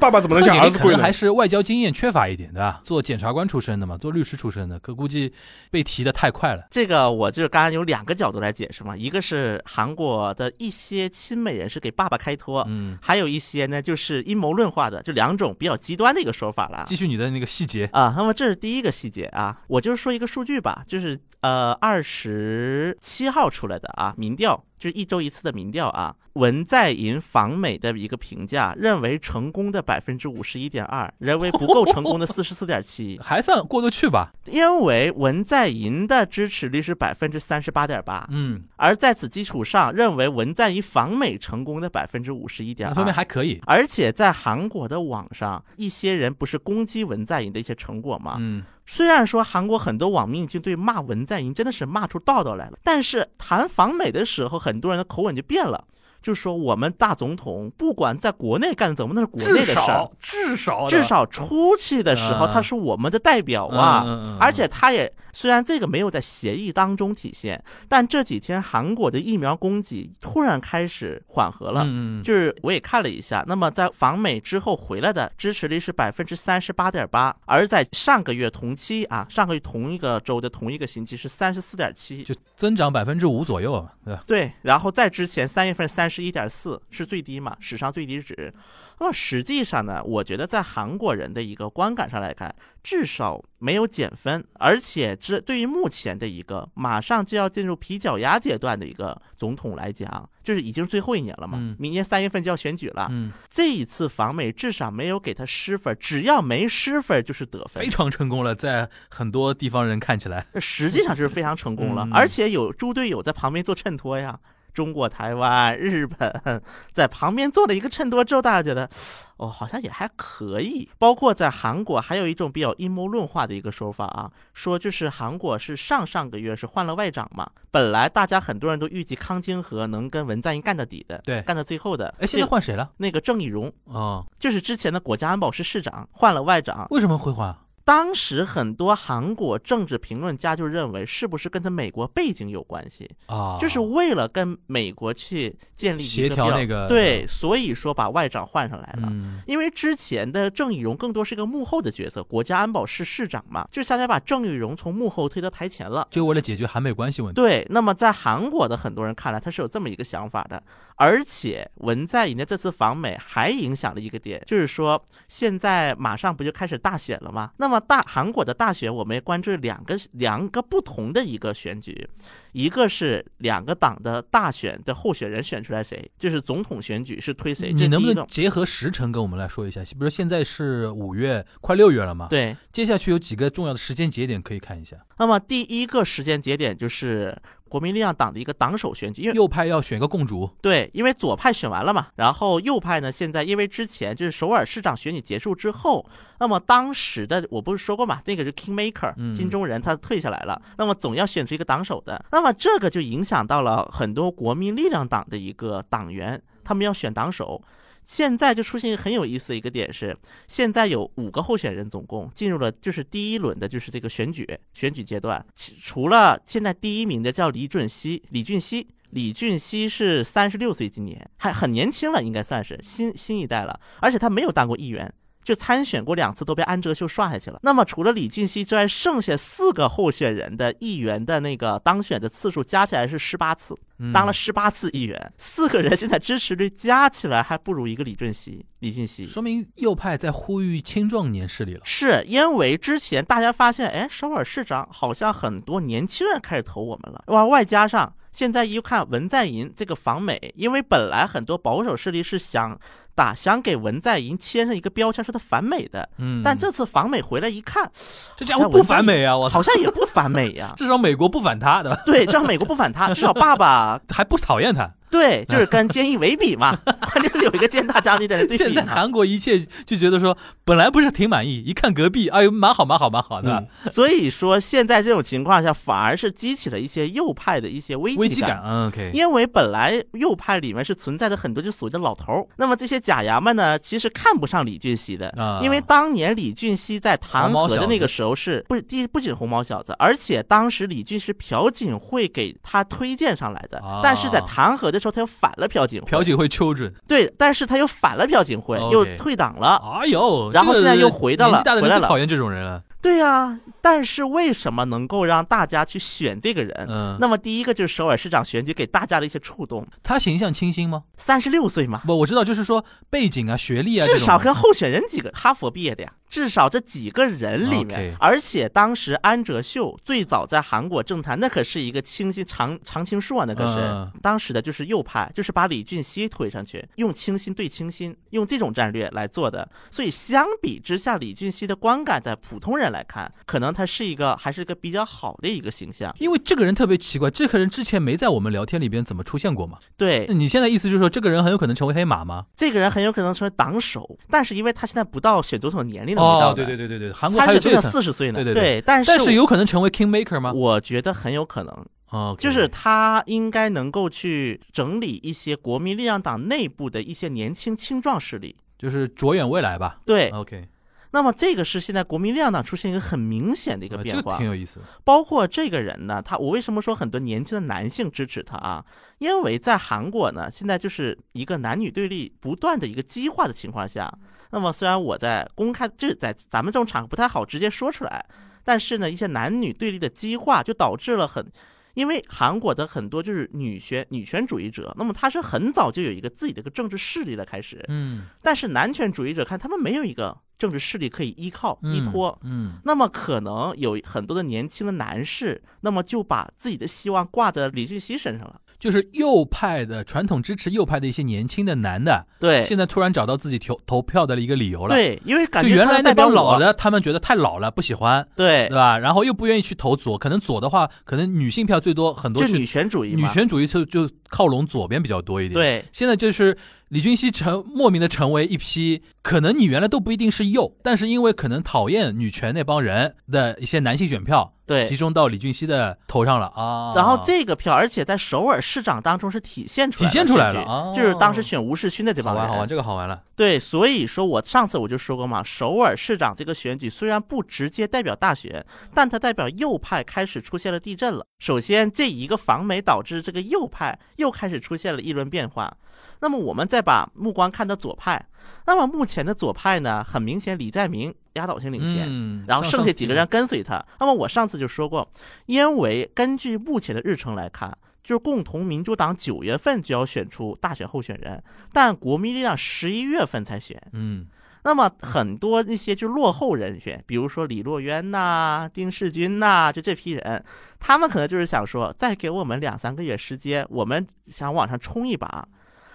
B: 爸爸怎么能向
D: 贺
B: 儿
D: 锦
B: 子
D: 丽可
B: 跪
D: 能
B: 呢
D: 还？是外交经验缺乏一点，对吧？做检察官出身的嘛，做律师出身的，可估计被提的太快了。
C: 这个我就是刚刚有两个角度来解释嘛，一个是韩国的一些亲美人士给爸爸开脱，
D: 嗯，
C: 还有一些呢就是阴谋论化的，就两种比较极端的一个说法了
D: 继续你的那个细节，
C: 啊。那么这是第一个细节啊，我就是说一个数据吧，就是呃二十七号出来的啊民调，就是一周一次的民调啊，文在寅访美的一个评价，认为成功的百分之五十一点二，认为不够成功的四十四点
D: ，
C: 七
D: 还算过得去吧。
C: 因为文在寅的支持率是百分之三十八点八，
D: 嗯，
C: 而在此基础上，认为文在寅访美成功的百分之五十一点
D: 那
C: 二，
D: 说明还可以。
C: 而且在韩国的网上，一些人不是攻击文在寅的一些成果吗？
D: 嗯，
C: 虽然说韩国很多网民已经对骂文在寅真的是骂出道道来了，但是谈访美的时候，很多人的口吻就变了，就说我们大总统不管在国内干怎么，那是国内
D: 至
C: 的事儿
D: 少。至少
C: 至少出去的时候，
D: 嗯
C: 他是我们的代表啊，
D: 哇
C: 而且他也虽然这个没有在协议当中体现，但这几天韩国的疫苗供给突然开始缓和了，
D: 嗯，
C: 就是我也看了一下，那么在访美之后回来的支持率是百分之三十八点八，而在上个月同期啊，上个月同一个周的同一个星期是三十四点七，
D: 就增长百分之五左右嘛，对吧？
C: 对，然后在之前三月份三十一点四是最低嘛，史上最低值。那么实际上呢，我觉得在韩国人的一个观感上来看，至少没有减分，而且这对于目前的一个马上就要进入皮脚丫阶段的一个总统来讲，就是已经是最后一年了嘛，
D: 嗯
C: 明年三月份就要选举了，
D: 嗯，
C: 这一次访美至少没有给他失分，只要没失分就是得分
D: 非。常成功了，在很多地方人看起来，
C: 实际上是非常成功了，
D: 嗯
C: 而且有猪队友在旁边做衬托呀。中国、台湾、日本在旁边做了一个衬托之后，大家觉得，哦，好像也还可以。包括在韩国，还有一种比较阴谋论化的一个说法啊，说就是韩国是上上个月是换了外长嘛，本来大家很多人都预计康京和能跟文在寅干到底的，
D: 对
C: 干到最后的。
D: 哎，现在
C: 就
D: 换谁了？
C: 那个郑义荣，
D: 哦，
C: 就是之前的国家安保室市长换了外长，
D: 为什么会换？啊
C: 当时很多韩国政治评论家就认为，是不是跟他美国背景有关系？
D: 啊，
C: 就是为了跟美国去建立一
D: 协
C: 个
D: 调
C: 比较
D: 那个
C: 对，所以说把外长换上来了。
D: 嗯
C: 因为之前的郑义荣更多是个幕后的角色，国家安保室室长嘛，就相当于把郑义荣从幕后推到台前了。
D: 就为了解决韩美关系问题。
C: 对，那么在韩国的很多人看来，他是有这么一个想法的。而且文在寅的这次访美还影响了一个点，就是说现在马上不就开始大选了吗？那么大韩国的大选，我们也关注两个两个不同的一个选举，一个是两个党的大选的候选人选出来谁，就是总统选举是推谁，这
D: 你
C: 是
D: 能
C: 第
D: 不
C: 一
D: 能
C: 个。
D: 结合时辰跟我们来说一下？比如现在是五月，快六月了嘛？，
C: 对，
D: 接下去有几个重要的时间节点可以看一下。
C: 那么第一个时间节点就是国民力量党的一个党首选举，因为
D: 右派要选个共主，
C: 对，因为左派选完了嘛，然后右派呢，现在因为之前就是首尔市长选举结束之后，那么当时的我不是说过嘛，那个是 Kingmaker
D: 嗯
C: 金钟仁他退下来了，那么总要选出一个党首的，那么这个就影响到了很多国民力量党的一个党员，他们要选党首。现在就出现一个很有意思的一个点是，现在有五个候选人，总共进入了就是第一轮的，就是这个选举选举阶段。其除了现在第一名的叫李准熙，李俊熙，李俊熙是三十六岁，今年还很年轻了，应该算是新新一代了，而且他没有当过议员。就参选过两次都被安哲秀刷下去了。那么除了李俊熙之外，剩下四个候选人的议员的那个当选的次数加起来是十八次。
D: 嗯
C: 当了十八次议员，四个人现在支持率加起来还不如一个李俊熙。李俊熙
D: 说明右派在呼吁青壮年势力了。
C: 是因为之前大家发现，哎，首尔市长好像很多年轻人开始投我们了，哇，外加上现在一看文在寅这个访美，因为本来很多保守势力是想打想给文在寅签上一个标签，说他反美的，
D: 嗯，
C: 但这次访美回来一看，
D: 这家伙不反美 啊！我操、
C: 好，像也不反美呀
D: 至少美国不反他的，
C: 对，至少美国不反他，至少爸爸
D: 还不讨厌他。
C: 对，就是跟菅义伟比 嘛，关键是有一个菅大将军在那对比
D: 现
C: 嘛。
D: 在韩国一切就觉得说，本来不是挺满意，一看隔壁，哎呦，蛮好，蛮好，蛮好的，
B: 嗯
C: 所以说，现在这种情况下，反而是激起了一些右派的一些危
D: 危
C: 机
D: 机感。嗯，OK，
C: 因为本来右派里面是存在着很多就所谓的老头儿，那么这些假牙们呢，其实看不上李俊熙的，
D: 啊
C: 因为当年李俊熙在弹劾的那个时候是不第一不仅红毛小子，而且当时李俊是朴槿惠给他推荐上来的，
D: 啊
C: 但是在弹劾的时候他又反了朴槿惠，
D: 朴槿惠 children，
C: 对，但是他又反了朴槿惠，
D: OK
C: 又退党了，
D: 哎呦，
C: 啊然后
D: 这个
C: 现在又回到了
D: 年纪大的
C: 回
D: 人
C: 来
D: 最
C: 了
D: 讨厌这种人了。
C: 对呀、但是为什么能够让大家去选这个人？
D: 嗯，
C: 那么第一个就是首尔市长选举给大家的一些触动，
D: 他形象清新吗？
C: 三十六岁嘛，
D: 不，我知道，就是说背景啊、学历啊，
C: 至少
D: 这种
C: 跟候选人几个哈佛毕业的呀，至少这几个人里面
D: 啊 OK，
C: 而且当时安哲秀最早在韩国政坛，那可是一个清新常常青树啊，那可是、
D: 嗯
C: 当时的就是右派，就是把李俊熙推上去，用清新对清新，用这种战略来做的。所以相比之下，李俊熙的观感在普通人来看，可能他是一个还是一个比较好的一个形象。
D: 因为这个人特别奇怪，这个人之前没在我们聊天里边怎么出现过嘛？
C: 对
D: 那，你现在意思就是说，这个人很有可能成为黑马吗？
C: 这个人很有可能成为党首，但是因为他现在不到选总统年龄的没到
D: 哦
C: 呢，
D: 对对对对对，韩国
C: 参
D: 还有
C: 选
D: 这
C: 真
D: 个
C: 的
D: 层，
C: 四十岁呢，
D: 对对对
C: 但是
D: 但是有可能成为 king maker 吗？
C: 我觉得很有可能，
D: 哦，
C: 就是他应该能够去整理一些国民力量党内部的一些年轻青壮势力。
D: 就是着眼未来吧。
C: 对，
D: OK，
C: 那么这个是现在国民力量党出现一个很明显的一个
D: 呃这
C: 变
D: 个
C: 化
D: 挺，有意思的。
C: 包括这个人呢，他我为什么说很多年轻的男性支持他啊？因为在韩国呢，现在就是一个男女对立不断的一个激化的情况下，
D: 嗯
C: 那么虽然我在公开就是在咱们这种场合不太好直接说出来，
D: 嗯
C: 但是呢，一些男女对立的激化就导致了很。因为韩国的很多就是女权女权主义者，那么他是很早就有一个自己的一个政治势力的开始，
D: 嗯，
C: 但是男权主义者看他们没有一个政治势力可以依靠
D: 嗯
C: 依托，
D: 嗯，
C: 那么可能有很多的年轻的男士，那么就把自己的希望挂在李俊熙身上了。
D: 就是右派的传统支持右派的一些年轻的男的，
C: 对
D: 现在突然找到自己投投票的一个理由了。，
C: 对，因为感
D: 就
C: 觉
D: 原
C: 他
D: 来那
C: 代表
D: 帮老
C: 我，
D: 的，他们觉得太老了，不喜欢，
C: 对
D: 对，吧？然后又不愿意去投左，可能左的话，可能女性票最多，很多
C: 就是女权主义
D: 女
C: 嘛。
D: 权主义就就靠拢左边比较多一点。，
C: 对
D: 现在就是李俊熙成莫名的成为一批，可能你原来都不一定是右，但是因为可能讨厌女权那帮人的一些男性选票，集
C: 对。
D: 中到李俊熙的头上了啊。
C: 然后这个票，而且在首尔市长当中是体现出来
D: 体现出来
C: 甚
D: 了
C: 至
D: 哦
C: 就是当时选吴世勋的这
D: 好
C: 帮人。
D: 玩好玩，这个好玩了。
C: 对，所以说我上次我就说过嘛，首尔市长这个选举虽然不直接代表大选，但它代表右派开始出现了地震了。首先，这一个访美导致这个右派又开始出现了一轮变化。那么我们再把目光看到左派，那么目前的左派呢，很明显李在明压倒性领先。
D: 嗯，
C: 然后
D: 上
C: 剩下几个人，跟随他。那么我上次就说过，因为根据目前的日程来看，就是共同民主党九月份就要选出大选候选人，但国民力量十一月份才选。
D: 嗯，
C: 那么很多那些就落后人选，比如说李洛渊呐、丁世军呐、就这批人，他们可能就是想说，再给我们两三个月时间，我们想往上冲一把。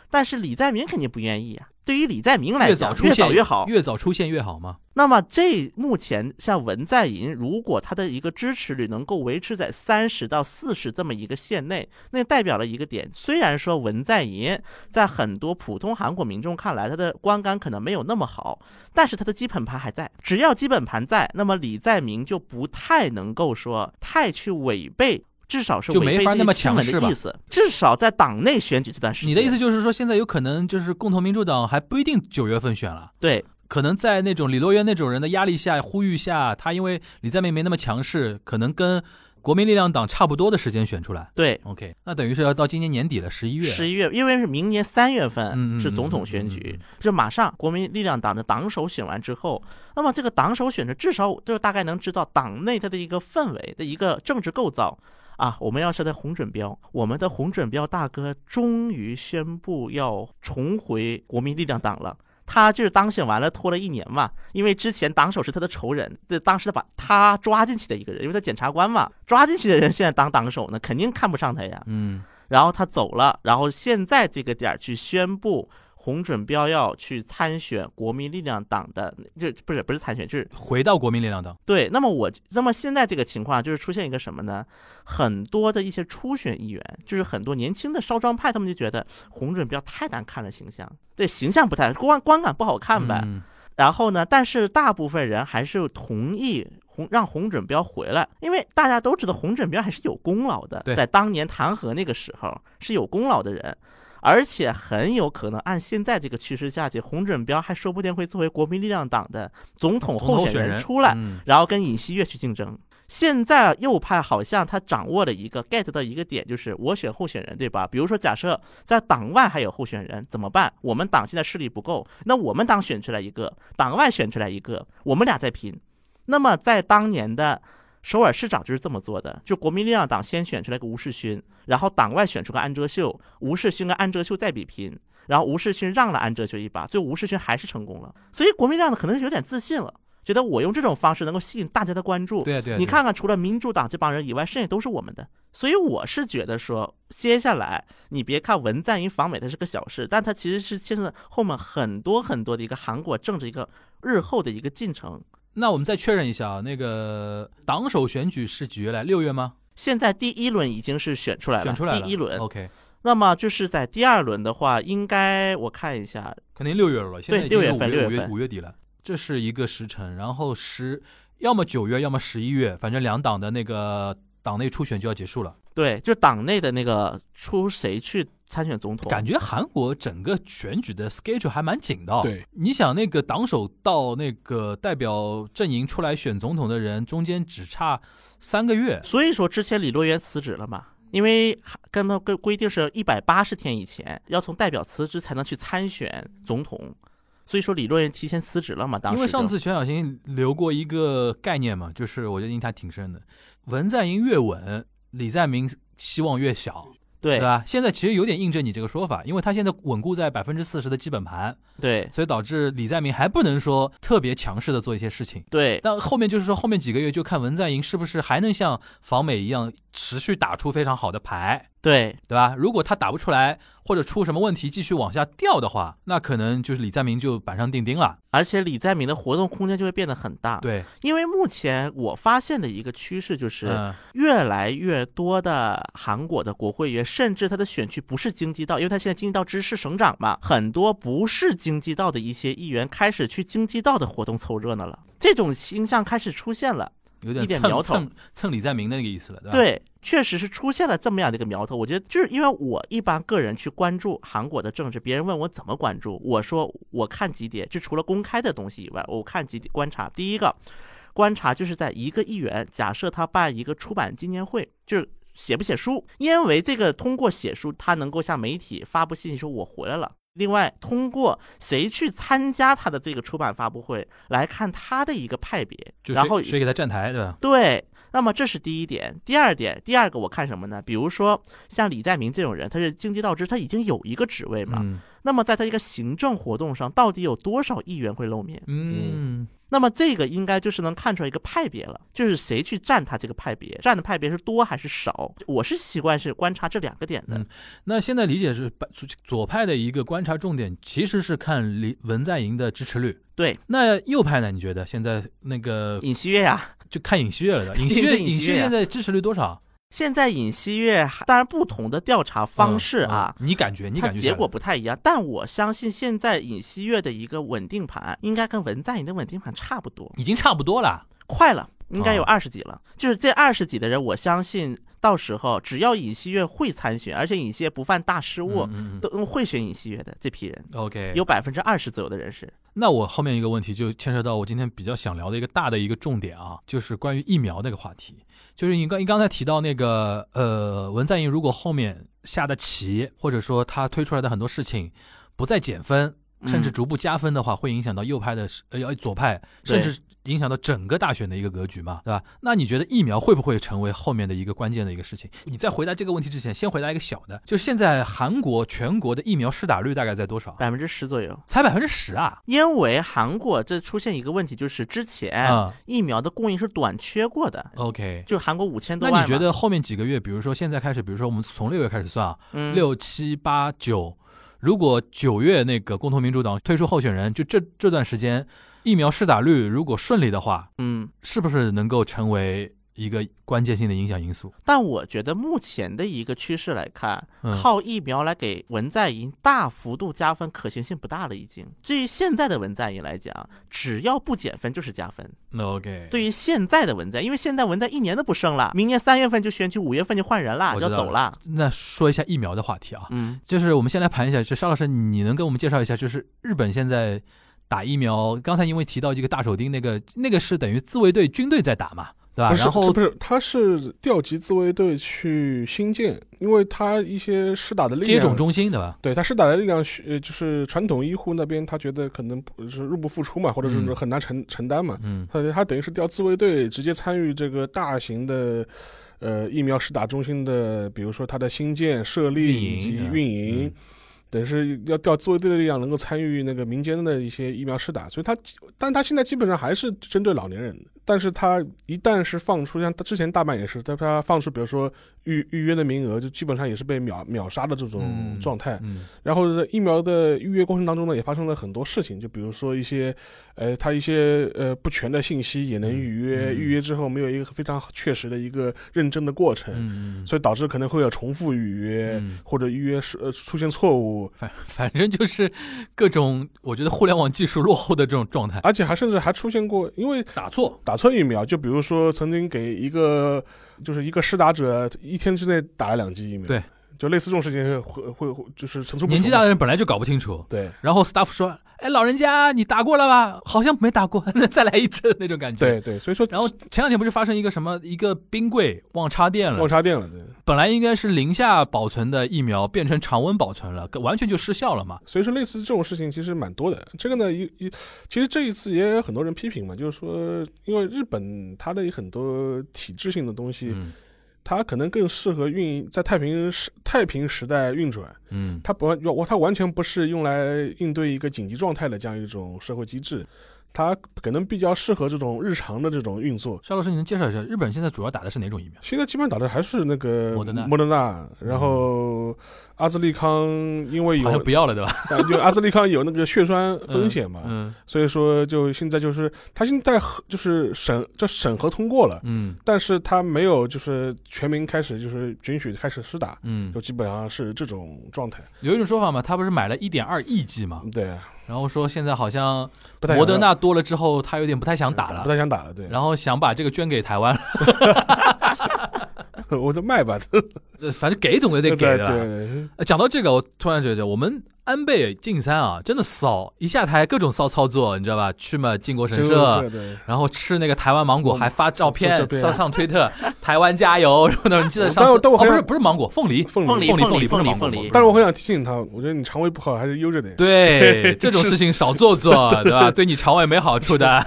C: 但是李在明肯定不愿意啊。对于李在明来
D: 越
C: 讲
D: 早，出
C: 越早
D: 现
C: 越好，
D: 越早出现越好嘛。
C: 那么这目前像文在寅，如果他的一个支持率能够维持在三十到四十这么一个线内，那代表了一个点。虽然说文在寅在很多普通韩国民众看来，他的观感可能没有那么好，但是他的基本盘还在。只要基本盘在，那么李在明就不太能够说太去违背。至少是
D: 就
C: 违
D: 没
C: 背
D: 法
C: 这
D: 那么
C: 些新闻
D: 强势
C: 的
D: 吧
C: 意思，至少在党内选举这段时间，
D: 你的意思就是说，现在有可能就是共同民主党还不一定九月份选了。
C: 对
D: 可能在那种李洛渊那种人的压力下、呼吁下，他因为李在明没那么强势，可能跟国民力量党差不多的时间选出来。
C: 对
D: OK，那等于是要到今年年底了，十一月。
C: 十一月，因为是明年三月
D: 嗯
C: 份
D: 嗯
C: 是总统选举，就马上国民力量党的党首选完之后，那么这个党首选的至少就大概能知道党内它的一个氛围的一个政治构造。啊，我们要说的红准标，我们的红准标大哥终于宣布要重回国民力量党了。他就是当选完了，拖了一年嘛，因为之前党首是他的仇人，这当时他把他抓进去的一个人，因为他检察官嘛，抓进去的人现在当党首呢，肯定看不上他呀。
D: 嗯，
C: 然后他走了，然后现在这个点儿去宣布洪准标要去参选国民力量党的，就不是不是参选，就是
D: 回到国民力量党。
C: 对。那么我那么现在这个情况就是出现一个什么呢？很多的一些初选议员，就是很多年轻的少壮派，他们就觉得洪准标太难看了形象，对形象不太观观感不好看呗。
D: 嗯
C: 然后呢，但是大部分人还是同意红让红准标回来，因为大家都知道红准标还是有功劳的
D: 对，
C: 在当年弹劾那个时候是有功劳的人。而且很有可能按现在这个趋势下去，红准标还说不定会作为国民力量党的总统
D: 总统
C: 候
D: 选
C: 选
D: 人
C: 人出来，
D: 嗯
C: 然后跟尹锡悦去竞争。现在右派好像他掌握了一个 get 到一个点，就是我选候选人，对吧？比如说，假设在党外还有候选人怎么办？我们党现在势力不够，那我们党选出来一个，党外选出来一个，我们俩再拼。那么在当年的首尔市长就是这么做的，就国民力量党先选出来个吴世勋，然后党外选出个安哲秀，吴世勋跟安哲秀再比拼，然后吴世勋让了安哲秀一把，最后吴世勋还是成功了。所以国民力量可能是有点自信了，觉得我用这种方式能够吸引大家的关注。
D: 对啊对啊，
C: 你看看，除了民主党这帮人以外，剩下都是我们的。所以我是觉得说，接下来你别看文在寅访美它是个小事，但它其实是牵扯后面很多很多的一个韩国政治一个日后的一个进程。
D: 那我们再确认一下啊，那个党首选举是几月来？六月吗？
C: 现在第一轮已经是选出来了，
D: 选出来了。哦
C: 第一轮。
D: OK，
C: 那么就是在第二轮的话，应该我看一下，
D: 肯定六月了，现在已经
C: 六月份
D: 五月
C: 六月份
D: 五月底了，这是一个时辰。然后十，要么九月，要么十一月，反正两党的那个党内初选就要结束了。
C: 对，就党内的那个出谁去参选总统，
D: 感觉韩国整个选举的 schedule 还蛮紧的、哦。
B: 对，
D: 你想那个党首到那个代表阵营出来选总统的人，中间只差三个月。
C: 所以说之前李洛渊辞职了嘛，因为跟他跟规定是一百八十天以前要从代表辞职才能去参选总统，所以说李洛渊提前辞职了嘛。当时
D: 因
C: 就
D: 为上次全小新留过一个概念嘛，就是我觉得印象挺深的，文在寅越稳，李在明希望越小，
C: 对
D: 吧？现在其实有点印证你这个说法，因为他现在稳固在百分之四十的基本盘，
C: 对
D: 所以导致李在明还不能说特别强势的做一些事情。
C: 对
D: 但后面就是说，后面几个月就看文在寅是不是还能像访美一样持续打出非常好的牌，
C: 对
D: 对吧？如果他打不出来，或者出什么问题继续往下掉的话，那可能就是李在明就板上钉钉了。
C: 而且李在明的活动空间就会变得很大。
D: 对，
C: 因为目前我发现的一个趋势就是，
D: 嗯
C: 越来越多的韩国的国会议员，甚至他的选区不是京畿道，因为他现在京畿道只是省长嘛，很多不是京畿道的一些议员开始去京畿道的活动凑热闹了，这种倾向开始出现了。
D: 有点
C: 一点
D: 蹭
C: 苗头
D: 蹭蹭李在明的那个意思了，对吧？
C: 对，确实是出现了这么样的一个苗头。我觉得就是因为我一般个人去关注韩国的政治，别人问我怎么关注，我说我看几点，就除了公开的东西以外，我看几点观察。第一个观察就是在一个议员，假设他办一个出版纪念会，就是。写不写书？因为这个通过写书，他能够向媒体发布信息，说我回来了。另外，通过谁去参加他的这个出版发布会来看他的一个派别，
D: 就
C: 然
D: 谁
C: 后
D: 谁给他站台，对吧？
C: 对，那么这是第一点。第二点，第二个我看什么呢？比如说像李在明这种人，他是经济道知，他已经有一个职位嘛。
D: 嗯
C: 那么在他一个行政活动上，到底有多少议员会露面？
D: 嗯，
C: 那么这个应该就是能看出来一个派别了，就是谁去占他这个派别，占的派别是多还是少。我是习惯是观察这两个点的。
D: 嗯那现在理解是左左派的一个观察重点，其实是看李文在寅的支持率。
C: 对，
D: 那右派呢？你觉得现在那个
C: 尹锡悦啊呀，
D: 就看尹锡悦了， 对吧尹锡
C: 这
D: 悦，
C: 尹
D: 尹
C: 锡
D: 锡
C: 悦呀
D: 悦现在支持率多少？
C: 现在尹锡悦还当然不同的调查方式啊，
D: 嗯，嗯你感觉？你
C: 它
D: 感觉下
C: 结
D: 来
C: 果？不太一样，但我相信现在尹锡悦的一个稳定盘应该跟文在寅的稳定盘差不多，
D: 已经差不多了。
C: 快了，应该有
D: 哦
C: 二十几了。就是这二十几的人，我相信到时候只要尹锡悦会参选，而且尹锡悦不犯大失误，
D: 嗯嗯嗯
C: 都会选尹锡悦的这批人，
D: OK，
C: 有百分之二十左右的人是。
D: 那我后面一个问题就牵涉到我今天比较想聊的一个大的一个重点啊，就是关于疫苗那个话题。就是你刚你刚才提到那个呃，文在寅如果后面下的棋，或者说他推出来的很多事情不再减分，甚至
C: 嗯
D: 逐步加分的话，会影响到右派的呃要左派，
C: 对
D: 甚至影响到整个大选的一个格局嘛，对吧？那你觉得疫苗会不会成为后面的一个关键的一个事情？你在回答这个问题之前，先回答一个小的，就是现在韩国全国的疫苗施打率大概在多少？
C: 百分之十左右。
D: 才百分之十啊！
C: 因为韩国这出现一个问题，就是之前
D: 啊、
C: 疫苗的供应是短缺过的，
D: o k
C: 就韩国五哎千多
D: 哦那
C: 万嘛。
D: 你觉得后面几个月，比如说现在开始，比如说我们从六月开始算啊，
C: 嗯
D: 六七八九，如果九月那个共同民主党推出候选人，就这这段时间疫苗施打率如果顺利的话，
C: 嗯？
D: 是不是能够成为一个关键性的影响因素？
C: 但我觉得目前的一个趋势来看，
D: 嗯
C: 靠疫苗来给文在寅大幅度加分，可行性不大了。已经对于现在的文在寅来讲，只要不减分就是加分。
D: 那 OK，
C: 对于现在的文在，因为现在文在一年都不剩了，明年三月份就选举，五月份就换人了，
D: 我
C: 要
D: 知道
C: 走了。
D: 那说一下疫苗的话题啊，
C: 嗯，
D: 就是我们先来盘一下，就沙老师，你能给我们介绍一下，就是日本现在打疫苗？刚才因为提到这个大手钉，那个那个是等于自卫队军队在打嘛？对吧？
B: 不是
D: 啊然后
B: 不是，他是调集自卫队去新建，因为他一些施打的力量，
D: 接种中心，对吧？
B: 对他施打的力量需，呃，就是传统医护那边他觉得可能不是入不敷出嘛，或者是
D: 嗯
B: 很难承、承担嘛，
D: 嗯，
B: 他他等于是调自卫队直接参与这个大型的。呃，疫苗施打中心的，比如说它的新建、设
D: 运
B: 立
D: 营
B: 以及
D: 嗯
B: 运营，
D: 嗯
B: 等于是要调自卫队的力量能够参与那个民间的一些疫苗施打，所以他，但他现在基本上还是针对老年人，但是他一旦是放出，像他之前大阪也是，但他放出比如说预预约的名额，就基本上也是被秒秒杀的这种
D: 嗯
B: 状态。
D: 嗯
B: 然后呢疫苗的预约过程当中呢，也发生了很多事情，就比如说一些，呃，他一些呃不全的信息也能预约，
D: 嗯
B: 预约之后没有一个非常确实的一个认证的过程，
D: 嗯，
B: 所以导致可能会有重复预约。
D: 嗯
B: 或者预约是呃出现错误，
D: 反反正就是各种，我觉得互联网技术落后的这种状态，
B: 而且还甚至还出现过，因为
D: 打错，
B: 打错疫苗，就比如说曾经给一个就是一个施打者一天之内打了两剂疫苗，
D: 对，
B: 就类似这种事情会会会就是层出不穷。
D: 年纪大的人本来就搞不清楚，
B: 对
D: 然后 staff 说，哎，老人家你打过了吧？好像没打过， 那再来一针那种感觉。。
B: 对对，所以说
D: 然后前两天不是发生一个什么一个冰柜忘插电了
B: 忘，插电了，对，
D: 本来应该是零下保存的疫苗变成常温保存了，完全就失效了嘛。
B: 所以说类似这种事情其实蛮多的。这个呢，一一其实这一次也有很多人批评嘛，就是说因为日本它的很多体制性的东西，
D: 嗯
B: 它可能更适合运营在太平时太平时代运转，
D: 嗯
B: 它不完，我它完全不是用来应对一个紧急状态的这样一种社会机制，它可能比较适合这种日常的这种运作。
D: 肖老师，你能介绍一下日本现在主要打的是哪种疫苗？
B: 现在基本上打的还是那个
D: 莫德纳嗯
B: 莫德纳，然后阿兹利康，因为有
D: 好像不要了，对吧？
B: 啊就阿兹利康有那个血 栓风险嘛，
D: 嗯
B: 所以说就现在就是它现在核就是审这审核通过了，
D: 嗯
B: 但是它没有就是全民开始就是允许开始施打，
D: 嗯
B: 就，基本上是这种状态。
D: 有一种说法嘛，他不是买了一点二亿剂嘛，
B: 对，
D: 然后说现在好像
B: 嗯不太
D: 摩德纳多了之后，他有点不太想打
B: 不
D: 了，
B: 太想打了，对。
D: 然后想把这个捐给台湾，
B: 我就 卖吧，
D: 呃 反正给总归得
B: 对
D: 给
B: 对
D: 的吧。
B: 对，
D: 呃讲到这个，我突然觉得我们安倍晋三啊，真的骚，一下台各种骚操作，你知道吧？去嘛靖国神
B: 这
D: 社，
B: 个对。
D: 然后吃那个台湾芒果，
B: 嗯
D: 还发照
B: 照
D: 片
B: 片
D: 上上推特， 台湾加油什么的。你记得上
B: 但
D: 次
B: 我但我
D: 哦，
B: 很
D: 不是
B: 想
D: 不是芒果，凤梨，
B: 凤
C: 凤
B: 梨
C: 梨
D: 凤梨
C: 凤
D: 梨
C: 梨
D: 不
C: 凤
D: 是
C: 梨
D: 芒果
C: 凤梨
D: 不是
B: 但是我
D: 芒果
B: 很想提醒他，我觉得你肠胃不好还是悠着点。
D: 对这种事情少做做，对吧？对你肠胃没好处的。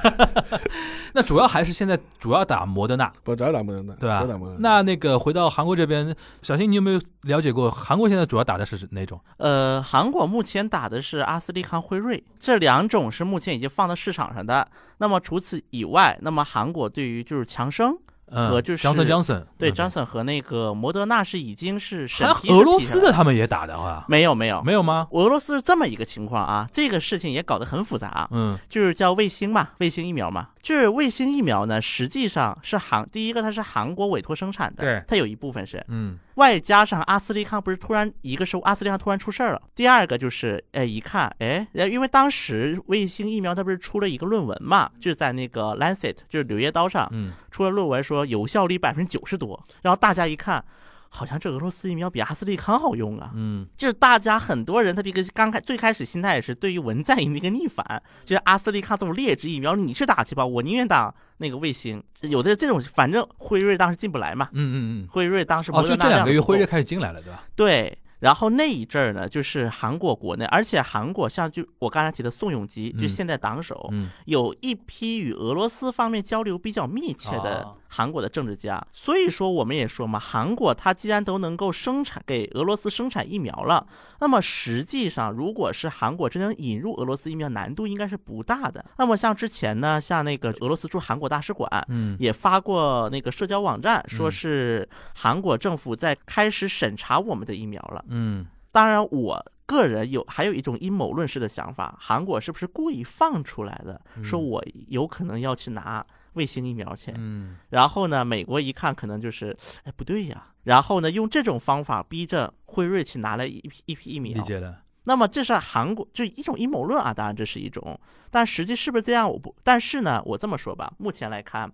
D: 那主要还是现在主要打摩德纳，
B: 不，不要打不能打，
D: 对
B: 不
D: 吧
B: 要打不能？打
D: 那那个回到韩国这边，小新，你有没有了解过韩国现在主要打的是哪种？
C: 呃，韩国目前打的是阿斯利康、辉瑞这两种是目前已经放到市场上的。那么除此以外，那么韩国对于就是强生，
D: 嗯
C: 和就是
D: ，Johnson Johnson，
C: 对
D: 嗯
C: Johnson 和那个摩德纳是已经是审
D: 还
C: 批
D: 有
C: 是
D: 俄罗
C: 批下
D: 斯
C: 来
D: 的他们也打的话，
C: 没有没有，
D: 没有吗？
C: 俄罗斯是这么一个情况啊，这个事情也搞得很复杂啊。
D: 嗯
C: 就是叫卫星嘛，卫星疫苗嘛。就是卫星疫苗呢，实际上是韩第一个它是韩国委托生产的，
D: 对
C: 它有一部分是
D: 嗯
C: 外加上阿斯利康不是突然一个是阿斯利康突然出事儿了，第二个就是哎一看哎，呃因为当时卫星疫苗它不是出了一个论文嘛，就是在那个 Lancet 就是《柳叶刀》上
D: 嗯，
C: 出了论文说有效率百分之九十多，然后大家一看。好像这俄罗斯疫苗比阿斯利康好用啊！
D: 嗯，
C: 就是大家很多人他这个刚开最开始心态也是对于文在寅的一个逆反，就是阿斯利康这种劣质疫苗，你去打去吧，我宁愿打那个卫星。有的这种，反正辉瑞当时进不来嘛，
D: 嗯嗯嗯，
C: 辉瑞当时
D: 哦，
C: 摩
D: 就
C: 德
D: 这
C: 纳
D: 两
C: 量
D: 个月
C: 不够
D: 辉瑞开始进来了，对吧？
C: 对。然后那一阵儿呢，就是韩国国内，而且韩国像就我刚才提的宋永基，
D: 嗯
C: 就现在党首，
D: 嗯，
C: 有一批与俄罗斯方面交流比较密切
D: 啊
C: 的韩国的政治家，所以说我们也说嘛，韩国它既然都能够生产给俄罗斯生产疫苗了，那么实际上如果是韩国真正引入俄罗斯疫苗，难度应该是不大的。那么像之前呢，像那个俄罗斯驻韩国大使馆，
D: 嗯
C: 也发过那个社交网站，说
D: 嗯
C: 是韩国政府在开始审查我们的疫苗了。
D: 嗯
C: 当然，我个人有还有一种阴谋论式的想法，韩国是不是故意放出来的？说
D: 嗯
C: 我有可能要去拿卫星疫苗去。
D: 嗯
C: 然后呢，美国一看可能就是，哎，不对呀。然后呢，用这种方法逼着辉瑞去拿了一批一批疫
D: 嗯理
C: 苗。
D: 解了，
C: 那么这是韩国就一种阴谋论啊，当然这是一种，但实际是不是这样我不，但是呢，我这么说吧，目前来看，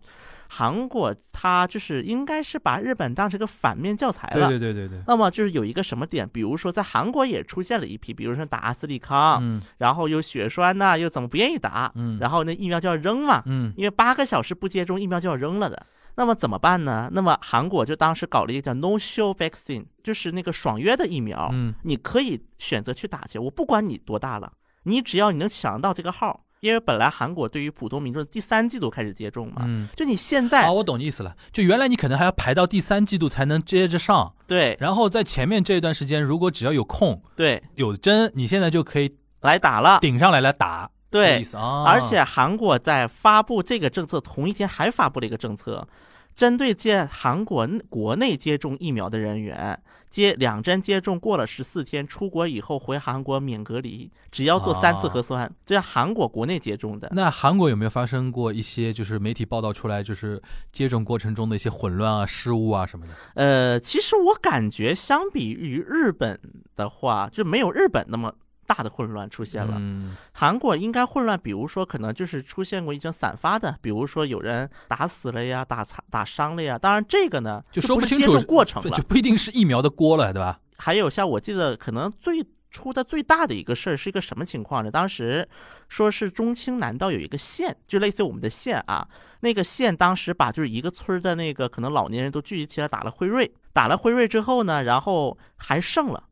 C: 韩国它就是应该是把日本当成一个反面教材
D: 对
C: 了。
D: 对对对对，
C: 那么就是有一个什么点，比如说在韩国也出现了一批，比如说打阿斯利康，
D: 嗯
C: 然后有血栓呐、又怎么不愿意打，
D: 嗯，
C: 然后那疫苗就要扔嘛，
D: 嗯
C: 因为八个小时不接种疫苗就要扔了的。那么怎么办呢？那么韩国就当时搞了一个叫 No Show Vaccine，就是那个爽约的疫苗，
D: 嗯，
C: 你可以选择去打去，我不管你多大了，你只要你能抢到这个号，因为本来韩国对于普通民众第三季度开始接种嘛，
D: 嗯，
C: 就你现在、
D: 啊，我懂你意思了。就原来你可能还要排到第三季度才能接着上，
C: 对
D: 然后在前面这一段时间，如果只要有空
C: 对
D: 有针，你现在就可以
C: 来打了，
D: 顶上来来打，这
C: 对
D: 意，思啊。
C: 而且韩国在发布这个政策同一天还发布了一个政策，针对接韩国国内接种疫苗的人员，接两针接种过了十四天，出国以后回韩国免隔离，只要做三次核酸。这是韩国国内接种的。
D: 那韩国有没有发生过一些就是媒体报道出来，就是接种过程中的一些混乱啊、失误啊什么的？
C: 呃，其实我感觉相比于日本的话，就没有日本那么。大的混乱出现了，
D: 嗯
C: 韩国应该混乱，比如说可能就是出现过一些散发的，比如说有人打死了呀、打残、打伤了呀。当然这个呢，
D: 就
C: 就
D: 说
C: 不
D: 不
C: 是
D: 清
C: 接
D: 楚
C: 种过程
D: 对，
C: 了
D: 就。不一定是疫苗的锅了，对吧？
C: 还有像我记得可能最出的最大的一个事儿是一个什么情况呢？当时说是中青南道有一个县，就类似于我们的县啊，那个县当时把就是一个村儿的那个可能老年人都聚集起来打了辉瑞，打了辉瑞之后呢，然后还剩了。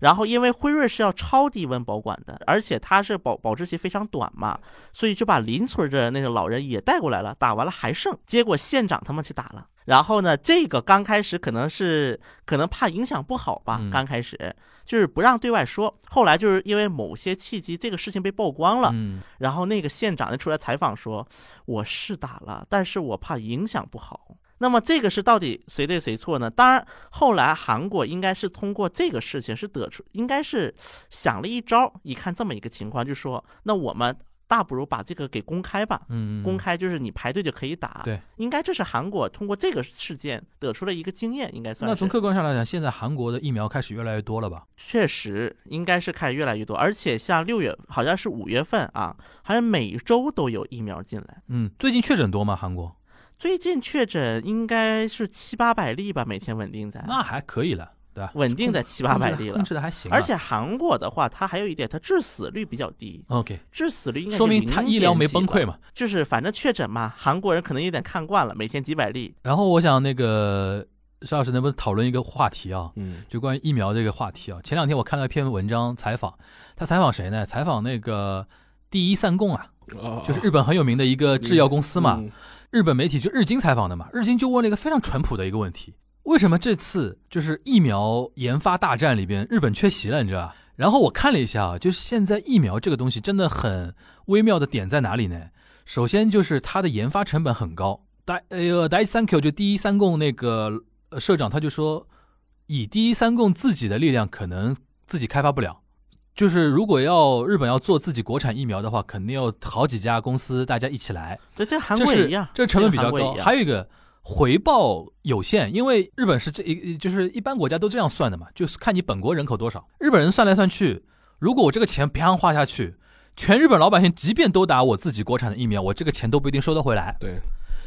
C: 然后，因为辉瑞是要超低温保管的，而且它是保保质期非常短嘛，所以就把邻村的那个老人也带过来了，打完了还剩，结果县长他们去打了。然后呢，这个刚开始可能是可能怕影响不好吧，
D: 嗯
C: 刚开始就是不让对外说。后来就是因为某些契机，这个事情被曝光了，
D: 嗯，
C: 然后那个县长就出来采访说，我是打了，但是我怕影响不好。那么这个是到底谁对谁错呢？当然，后来韩国应该是通过这个事情是得出，应该是想了一招。一看这么一个情况，就说那我们大不如把这个给公开吧。
D: 嗯，
C: 公开就是你排队就可以打，
D: 对，
C: 应该这是韩国通过这个事件得出了一个经验，应该算是。
D: 那从客观上来讲，现在韩国的疫苗开始越来越多了吧？
C: 确实应该是开始越来越多，而且像六月好像是五月份啊，好像每周都有疫苗进来。
D: 嗯，最近确诊多吗？韩国？
C: 最近确诊应该是七八百例吧，每天稳定在，
D: 那还可以了，对吧？
C: 稳哎定在七八百例
D: 控制得
C: 了
D: 控。制的还行啊。
C: 而且韩国的话，它还有一点，它致死率比较低，
D: OK，
C: 致死率应该
D: 说明他
C: 它
D: 医疗没崩溃嘛。
C: 就是反正确诊嘛，韩国人可能有点看惯了，每天几百例。
D: 然后我想那个邵老师能不能讨论一个话题啊？
B: 嗯
D: 就关于疫苗这个话题啊，前两天我看到一篇文章采访，他采访谁呢？采访那个第一三共啊，
B: 啊，
D: 就是日本很有名的一个制药公司嘛。
B: 嗯
D: 日本媒体就日经采访的嘛，日经就问了一个非常淳朴的一个问题：为什么这次就是疫苗研发大战里边日本缺席了？你知道吧？然后我看了一下啊，就是现在疫苗这个东西真的很微妙的点在哪里呢？首先就是它的研发成本很高。大呃，大一三 Q 就第一三共那个呃社长他就说，以第一三共自己的力量可能自己开发不了。就是如果要日本要做自己国产疫苗的话，肯定要好几家公司大家一起来。
C: 对，这韩
D: 这
C: 国
D: 是
C: 也一样，
D: 这成本比
C: 这个韩
D: 较
C: 国也
D: 高。
C: 一样
D: 还有一个回报有限，因为日本是这一就是一般国家都这样算的嘛，就是看你本国人口多少。日本人算来算去，如果我这个钱啪花下去，全日本老百姓即便都打我自己国产的疫苗，我这个钱都不一定收得回来。
B: 对，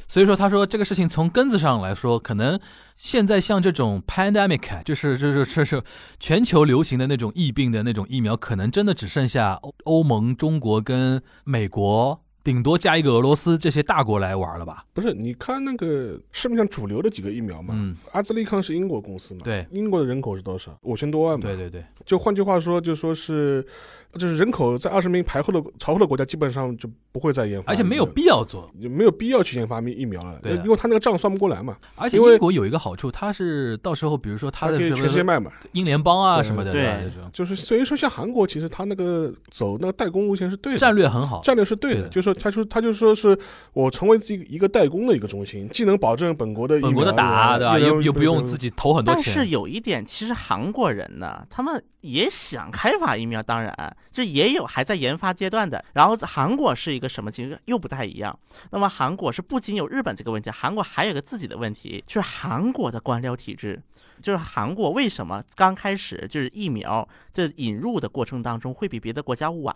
D: 所以说，他说这个事情从根子上来说，可能现在像这种 pandemic，就是就是就是全球流行的那种疫病的那种疫苗，可能真的只剩下欧欧盟、中国跟美国，顶多加一个俄罗斯这些大国来玩了吧？
B: 不是，你看那个市面上主流的几个疫苗嘛，
D: 嗯
B: 阿兹利康是英国公司嘛，
D: 对
B: 英国的人口是多少？五千多万嘛，
D: 对对对，
B: 就换句话说，就说是，就是人口在二十名排后的朝后的国家，基本上就不会再研发，
D: 而且没有必要做。
B: 就没有必要去研发疫苗了，
D: 对啊的
B: 因为他那个账算不过来嘛，
D: 而且
B: 因为
D: 英国有一个好处，它是到时候比如说它
B: 它
D: 的
B: 可以
D: 什
B: 全世界
D: 么
B: 卖嘛。
D: 英联邦啊
B: 对
D: 什么的，
C: 对
D: 吧这种
B: 就是所以说，像韩国其实他那个走那个代工路线是对的，
D: 战略很好。
B: 战略是对
D: 对
B: 的，
D: 的
B: 就是说他说他就说是我成为自己一个代工的一个中心，既能保证本国的疫苗
D: 本国的打，对吧？
B: 又
D: 又又不用自
B: 己
D: 己投很多
C: 但是
D: 钱。
C: 有一点，其实韩国人呢，他们也想开发疫苗，当然就也有还在研发阶段的。然后韩国是一个什么情况又不太一样。那么韩国是不仅有日本这个问题，韩国还有一个自己的问题，就是韩国的官僚体制。就是韩国为什么刚开始就是疫苗这引入的过程当中会比别的国家晚？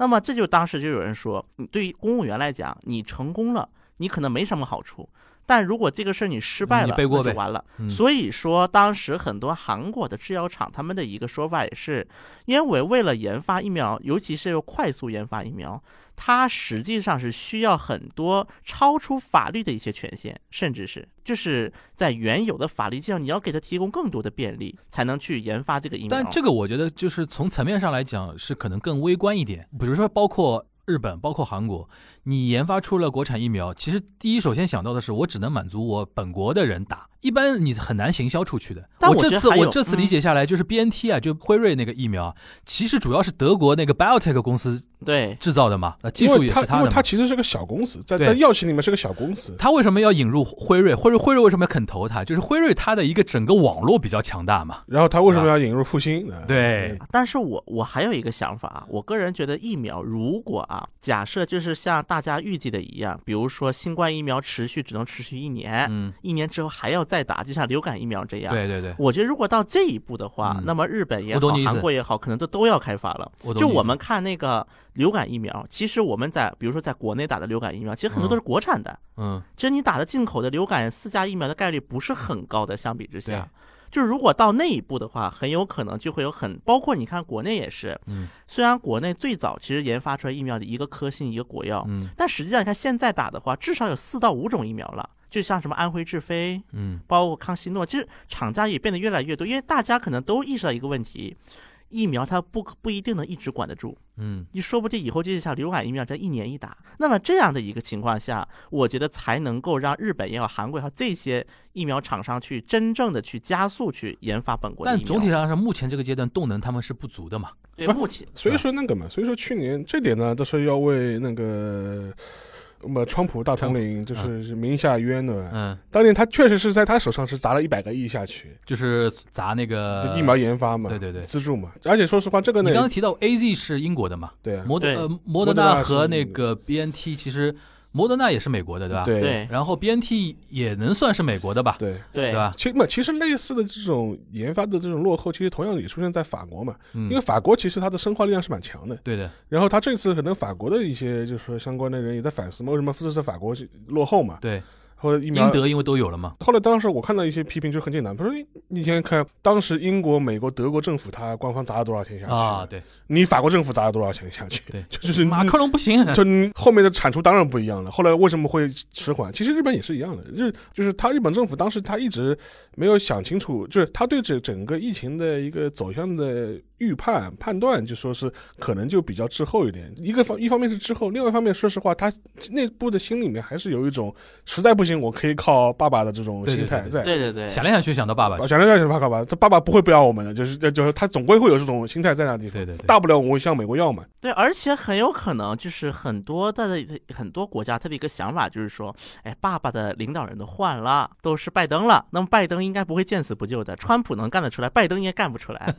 C: 那么这就当时就有人说，你对于公务员来讲，你成功了，你可能没什么好处。但如果这个事儿你失败
D: 你
C: 了，
D: 背锅
C: 那就
D: 呗
C: 完了。
D: 嗯
C: 所以说，当时很多韩国的制药厂他们的一个说法也是，因为为了研发疫苗，尤其是快速研发疫苗，它实际上是需要很多超出法律的一些权限，甚至是就是在原有的法律基础上，你要给它提供更多的便利，才能去研发这个疫苗。
D: 但这个我觉得就是从层面上来讲是可能更微观一点，比如说包括日本、包括韩国，你研发出了国产疫苗，其实第一首先想到的是我只能满足我本国的人打，一般你很难行销出去的。
C: 但我觉
D: 这
C: 得
D: 次
C: 还有
D: 我这次理解下来就是 B N T 啊，就辉瑞那个疫苗啊，其实主要是德国那个 Biotech 公司
C: 对，
D: 制造的嘛，那技
B: 因
D: 术
B: 为
D: 也
B: 它
D: 是
B: 因
D: 他
B: 为
D: 的
B: 它
D: 嘛。
B: 其实是个小公司，在
D: 对
B: 在药企里面是个小公司。
D: 他为什么要引入辉瑞？辉瑞辉瑞为什么要肯投它？就是辉瑞它的一个整个网络比较强大嘛。
B: 然后它为什么要引入复兴？呃
D: 对，
C: 但是我我还有一个想法啊，
D: 嗯
C: 我个人觉得疫苗如果啊，假设就是像大家预计的一样，比如说新冠疫苗持续只能持续一年，
D: 嗯，
C: 一年之后还要再打，就像流感疫苗这样。，
D: 对对对，
C: 我觉得如果到这一步的话，
D: 嗯
C: 那么日本也
D: 我懂
C: 好
D: 你，意思
C: 韩国也好，可能都都要开发了。
D: 我懂
C: 就
D: 你意
C: 我
D: 思
C: 们看那个流感疫苗，其实我们在比如说在国内打的流感疫苗，其实很多
D: 嗯
C: 都是国产的。
D: 嗯，
C: 其实你打的进口的流感四价疫苗的概率不是很高的，相比之
D: 对啊
C: 下，就是如果到那一步的话，很有可能就会有很，包括你看国内也是，
D: 嗯，
C: 虽然国内最早其实研发出来疫苗的一个科兴一个国药，
D: 嗯
C: 但实际上你看现在打的话，至少有四到五种疫苗了，就像什么安徽智飞，
D: 嗯
C: 包括康希诺，其实厂家也变得越来越多，因为大家可能都意识到一个问题，疫苗它不不一定能一直管得住，
D: 嗯，
C: 你说不定以后就像流感疫苗这样一年一打。那么这样的一个情况下，我觉得才能够让日本也好、韩国也好这些疫苗厂商去真正的去加速去研发本国的疫
D: 但
C: 苗。
D: 总体上是目前这个阶段动能他们是不足的嘛。
C: 对目前
B: 所以说那个嘛，所以说去年这点呢，都是要为那个。那么，川普大统领
D: 啊
B: 就是鸣一下冤的。
D: 嗯，
B: 当年他确实是在他手上是砸了一百个亿下去，
D: 就是砸那
B: 就
D: 个
B: 疫苗。研发嘛，
D: 呃对对对
B: 资助嘛。而且说实话，这个
D: 你
B: 呢，
D: 刚刚提到 A Z 是英国的嘛？
B: 对啊，
D: 摩德
C: 对
D: 呃摩德
B: 摩德
D: 纳
B: 纳是
D: 和那个 B N T 其实摩德纳也是美国的，对吧？。
B: 对
C: 对
D: 然后 B N T 也能算是美国的吧？
B: 对，
C: 对
D: 吧？
B: 其不，其实类似的这种研发的这种落后，其实同样也出现在法国嘛。
D: 嗯
B: 因为，法国其实它的生化力量是蛮强的，
D: 对的，
B: 然后他这次可能法国的一些就是说相关的人也在反思嘛，为什么这次法国是落后嘛，
D: 对。
B: 或者疫苗
D: 英。德因为都有了嘛。
B: 后来当时我看到一些批评，就很简单，他说你你先看当时英国、美国、德国政府他官方砸了多少钱下去
D: 啊，，对，
B: 你法国政府砸了多少钱下去，
D: 对
B: 就是你
D: 马克龙不行。
B: 就你后面的产出当然不一样了。后来为什么会迟缓？其实日本也是一样的，日就是他日本政府当时他一直没有想清楚，就是他对这整个疫情的一个走向的预判判断，就说是可能就比较滞后一点。一个方一方面是滞后，另外一方面说实话，他内部的心里面还是有一种实在不行我可以靠爸爸的这种
D: 对对
B: 心态
D: 对
B: 在。
C: 对对对，
D: 想来想去想到爸爸
B: 啊
D: 去。
B: 想来想去，爸爸，他爸爸不会不要我们的，就是就是他总归会有这种心态在那地方。
D: 对对对。
B: 大不了我会向美国要嘛，
C: 对，而且很有可能就是很多的很多国家他的一个想法就是说，哎，爸爸的领导人都换了，都是拜登了，那么拜登应该不会见死不救的，川普能干得出来，拜登应该干不出来。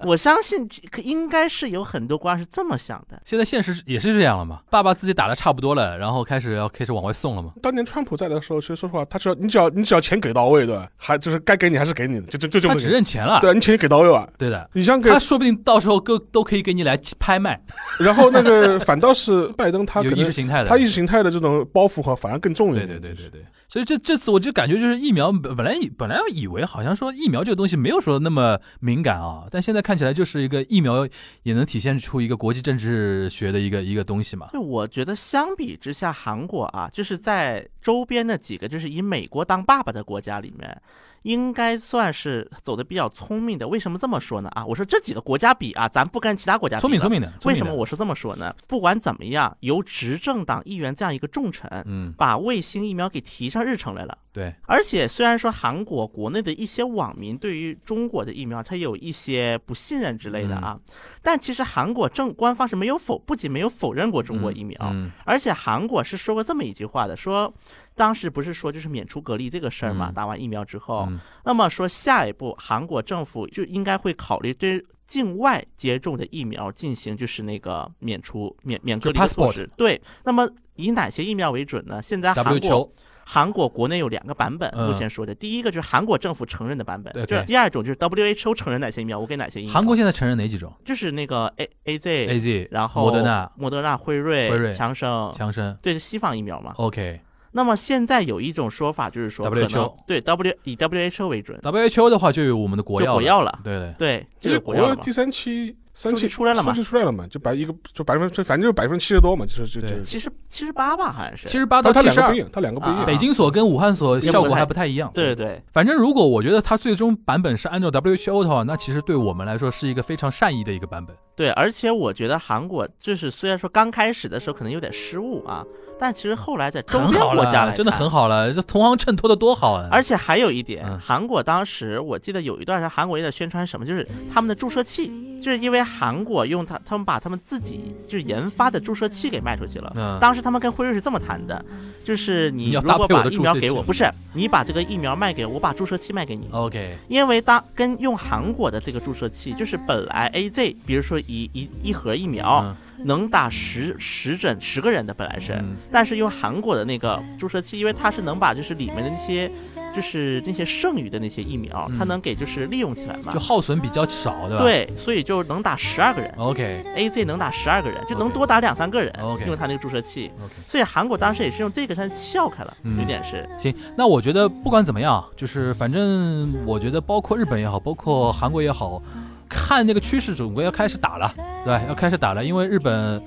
C: 我相信这应该是有很多国家是这么想的。
D: 现在现实也是这样了嘛，爸爸自己打的差不多了，然后开始要开始往外送了嘛。
B: 当年川普在的时候，其实说实话，他只要你只要你只要钱给到位，对吧？还就是该给你还是给你的，就就就这
D: 他
B: 么
D: 只认钱了，
B: 对啊，你钱给到位啊。
D: 对的，
B: 你 像给，
D: 他说不定到时候都都可以给你来拍卖，
B: 然后那个反倒是拜登他可
D: 有意识
B: 能
D: 形态的。
B: 他意识形态的这种包袱哈，反而更重一
D: 对
B: 点。
D: 对对对对，所以这这次我就感觉就是疫苗本本来以本来要以为好像说疫苗这个东西没有说那么敏感啊，但现在看起来就是一个疫苗也能体现出一个国际政治学的一个一个东西嘛。
C: 对，我觉得相比之下，韩国啊，就是在周边的几个就是以美国当爸爸的国家里面，应该算是走的比较聪明的。为什么这么说呢？啊，我说这几个国家比啊，咱不跟其他国家比
D: 聪明
C: 了
D: 聪明的，聪
C: 为
D: 明
C: 什
D: 的
C: 么？我是这么说呢？不管怎么样，由执政党议员这样一个重臣，
D: 嗯，
C: 把卫星疫苗给提上日程来了。
D: 对，
C: 而且虽然说韩国国内的一些网民对于中国的疫苗，它有一些不信任之
D: 嗯
C: 类的啊，但其实韩国政官方是没有否，不仅没有否认过中国疫苗，
D: 嗯
C: 而且韩国是说过这么一句话的，说当时不是说就是免除隔离这个事儿嘛，
D: 嗯
C: 打完疫苗之后，
D: 嗯
C: 那么说下一步韩国政府就应该会考虑对境外接种的疫苗进行就是那个免除免免隔离的措施。对，那么以哪些疫苗为准呢？现在韩国
D: ，WHO
C: 韩国国内有两个版本，
D: 嗯
C: 目前说的第一个就是韩国政府承认的版本，
D: 对
C: 就是
D: OK
C: 第二种就是 WHO 承认哪些疫苗，我给哪些疫苗。
D: 韩国现在承认哪几种
C: 就是那个 A A Z，
D: ？A Z，
C: 然后
D: 摩德纳、
C: 莫德纳、辉瑞、
D: 辉瑞
C: 强生。
D: 强生哦
C: 对，是西方疫苗嘛。
D: ，OK，
C: 那么现在有一种说法就是说，可
D: WHO
C: 能对 W 以 WHO 为准，
D: WHO 的话就有我们的国
C: 就
D: 药
C: 国
D: 了，
C: 药了，
D: 对对，
C: 对，
B: 因
C: 就是
B: 为国
C: 国药
B: 药
C: 了嘛
B: 第。三期三
C: 数据
B: 期
C: 出来了嘛
B: 数据出来了嘛，就百一个就百分之反正就百分之七十多嘛，就是就
D: 对
B: 就。
C: 七十七十八吧，好像是。
D: 七十八到
B: 但它两
D: 七十
B: 个不
D: 二
B: 一，样，它两个不一
C: 啊
B: 样。
D: 北京所跟武汉所
C: 也不
D: 效果
C: 太
D: 还不太一样。
C: 对对
D: 反正如果我觉得它最终版本是按照 WHO 的话，那其实对我们来说是一个非常善意的一个版本。
C: 对，而且我觉得韩国就是虽然说刚开始的时候可能有点失误啊，但其实后来在周
D: 很
C: 边
D: 好
C: 国家
D: 了，
C: 来
D: 真的
C: 看
D: 很好了，这同行衬托的多好啊！
C: 而且还有一点，
D: 嗯
C: 韩国当时我记得有一段时间韩国也在宣传什么，就是他们的注射器，就是因为韩国用他他们把他们自己就是研发的注射器给卖出去了。
D: 嗯
C: 当时他们跟辉瑞是这么谈的，就是
D: 你
C: 你
D: 要
C: 如
D: 搭
C: 果
D: 配我
C: 把
D: 的
C: 疫苗给
D: 注射
C: 我，
D: 器哦
C: 不是你把这个疫苗卖给我，我把注射器卖给你。
D: OK，
C: 因为当跟用韩国的这个注射器，就是本来 A Z，比如说一一一盒疫苗、
D: 嗯
C: 能打十十针十个人的本来是，
D: 嗯
C: 但是用韩国的那个注射器，因为它是能把就是里面的那些，就是那些剩余的那些疫苗，
D: 嗯
C: 它能给就是利用起来嘛
D: 就。耗损比较少，对吧？
C: 对，所以就能打十二个人
D: ，OK，
C: ，A Z 能打十二个人，就能
D: 哦 OK
C: 多打两三个人
D: OK
C: 用它那个注射器。
D: OK
C: 所以韩国当时也是用这个，它撬开了，
D: 嗯
C: 有点是。
D: 行。那我觉得不管怎么样，就是反正我觉得包括日本也好，包括韩国也好，看那个趋势，总归要开始打了，对吧？要开始打了，因为日本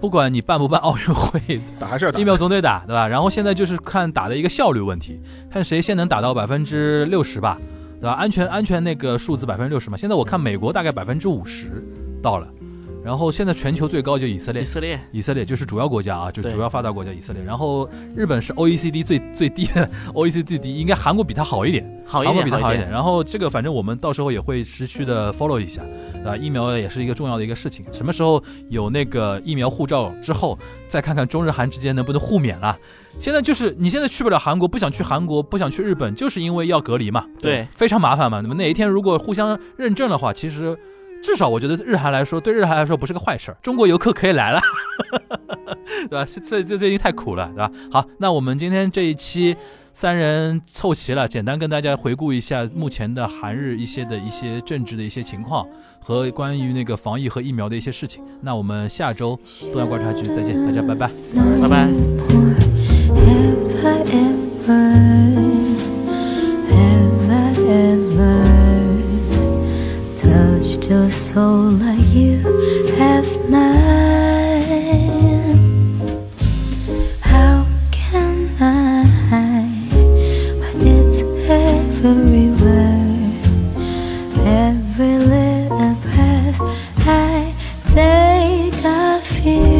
D: 不管你办不办奥运会，
B: 打还是要打
D: 疫。苗总得打，对吧？然后现在就是看打的一个效率问题，看谁先能打到百分之六十吧，对吧？安全安全那个数字百分之六十嘛。现在我看美国大概百分之五十到了，然后现在全球最高就以色
C: 以
D: 列，
C: 色列
D: 以色列就是主要国家啊，就
C: 对
D: 主要发达国家以色列。然后日本是 OECD 最最低的，OECD 最低，应该韩国比它好一点，
C: 好一
D: 韩
C: 点，
D: 国比它
C: 好
D: 好
C: 一
D: 一点。。然后这个反正我们到时候也会持续的 follow 一下，啊，疫苗也是一个重要的一个事情。什么时候有那个疫苗护照之后，再看看中日韩之间能不能互免了。现在就是你现在去不了韩国，不想去韩国，不想去日本，就是因为要隔离嘛，
C: 对
D: 非常麻烦嘛。那么哪一天如果互相认证的话，其实。至少我觉得日韩来说，对日韩来说不是个坏事儿。中国游客可以来了， 对吧？这这这最近太苦了，对吧？好，那我们今天这一期三人凑齐了，简单跟大家回顾一下目前的韩日一些的一些政治的一些情况和关于那个防疫和疫苗的一些事情。那我们下周东亚观察局再见，大家拜拜。
C: 拜拜。
A: Ever, ever, ever, ever touched a soul like you have mine? How can I? When it's everywhere, every little breath I take of you. Mm-hmm. Mm-hmm.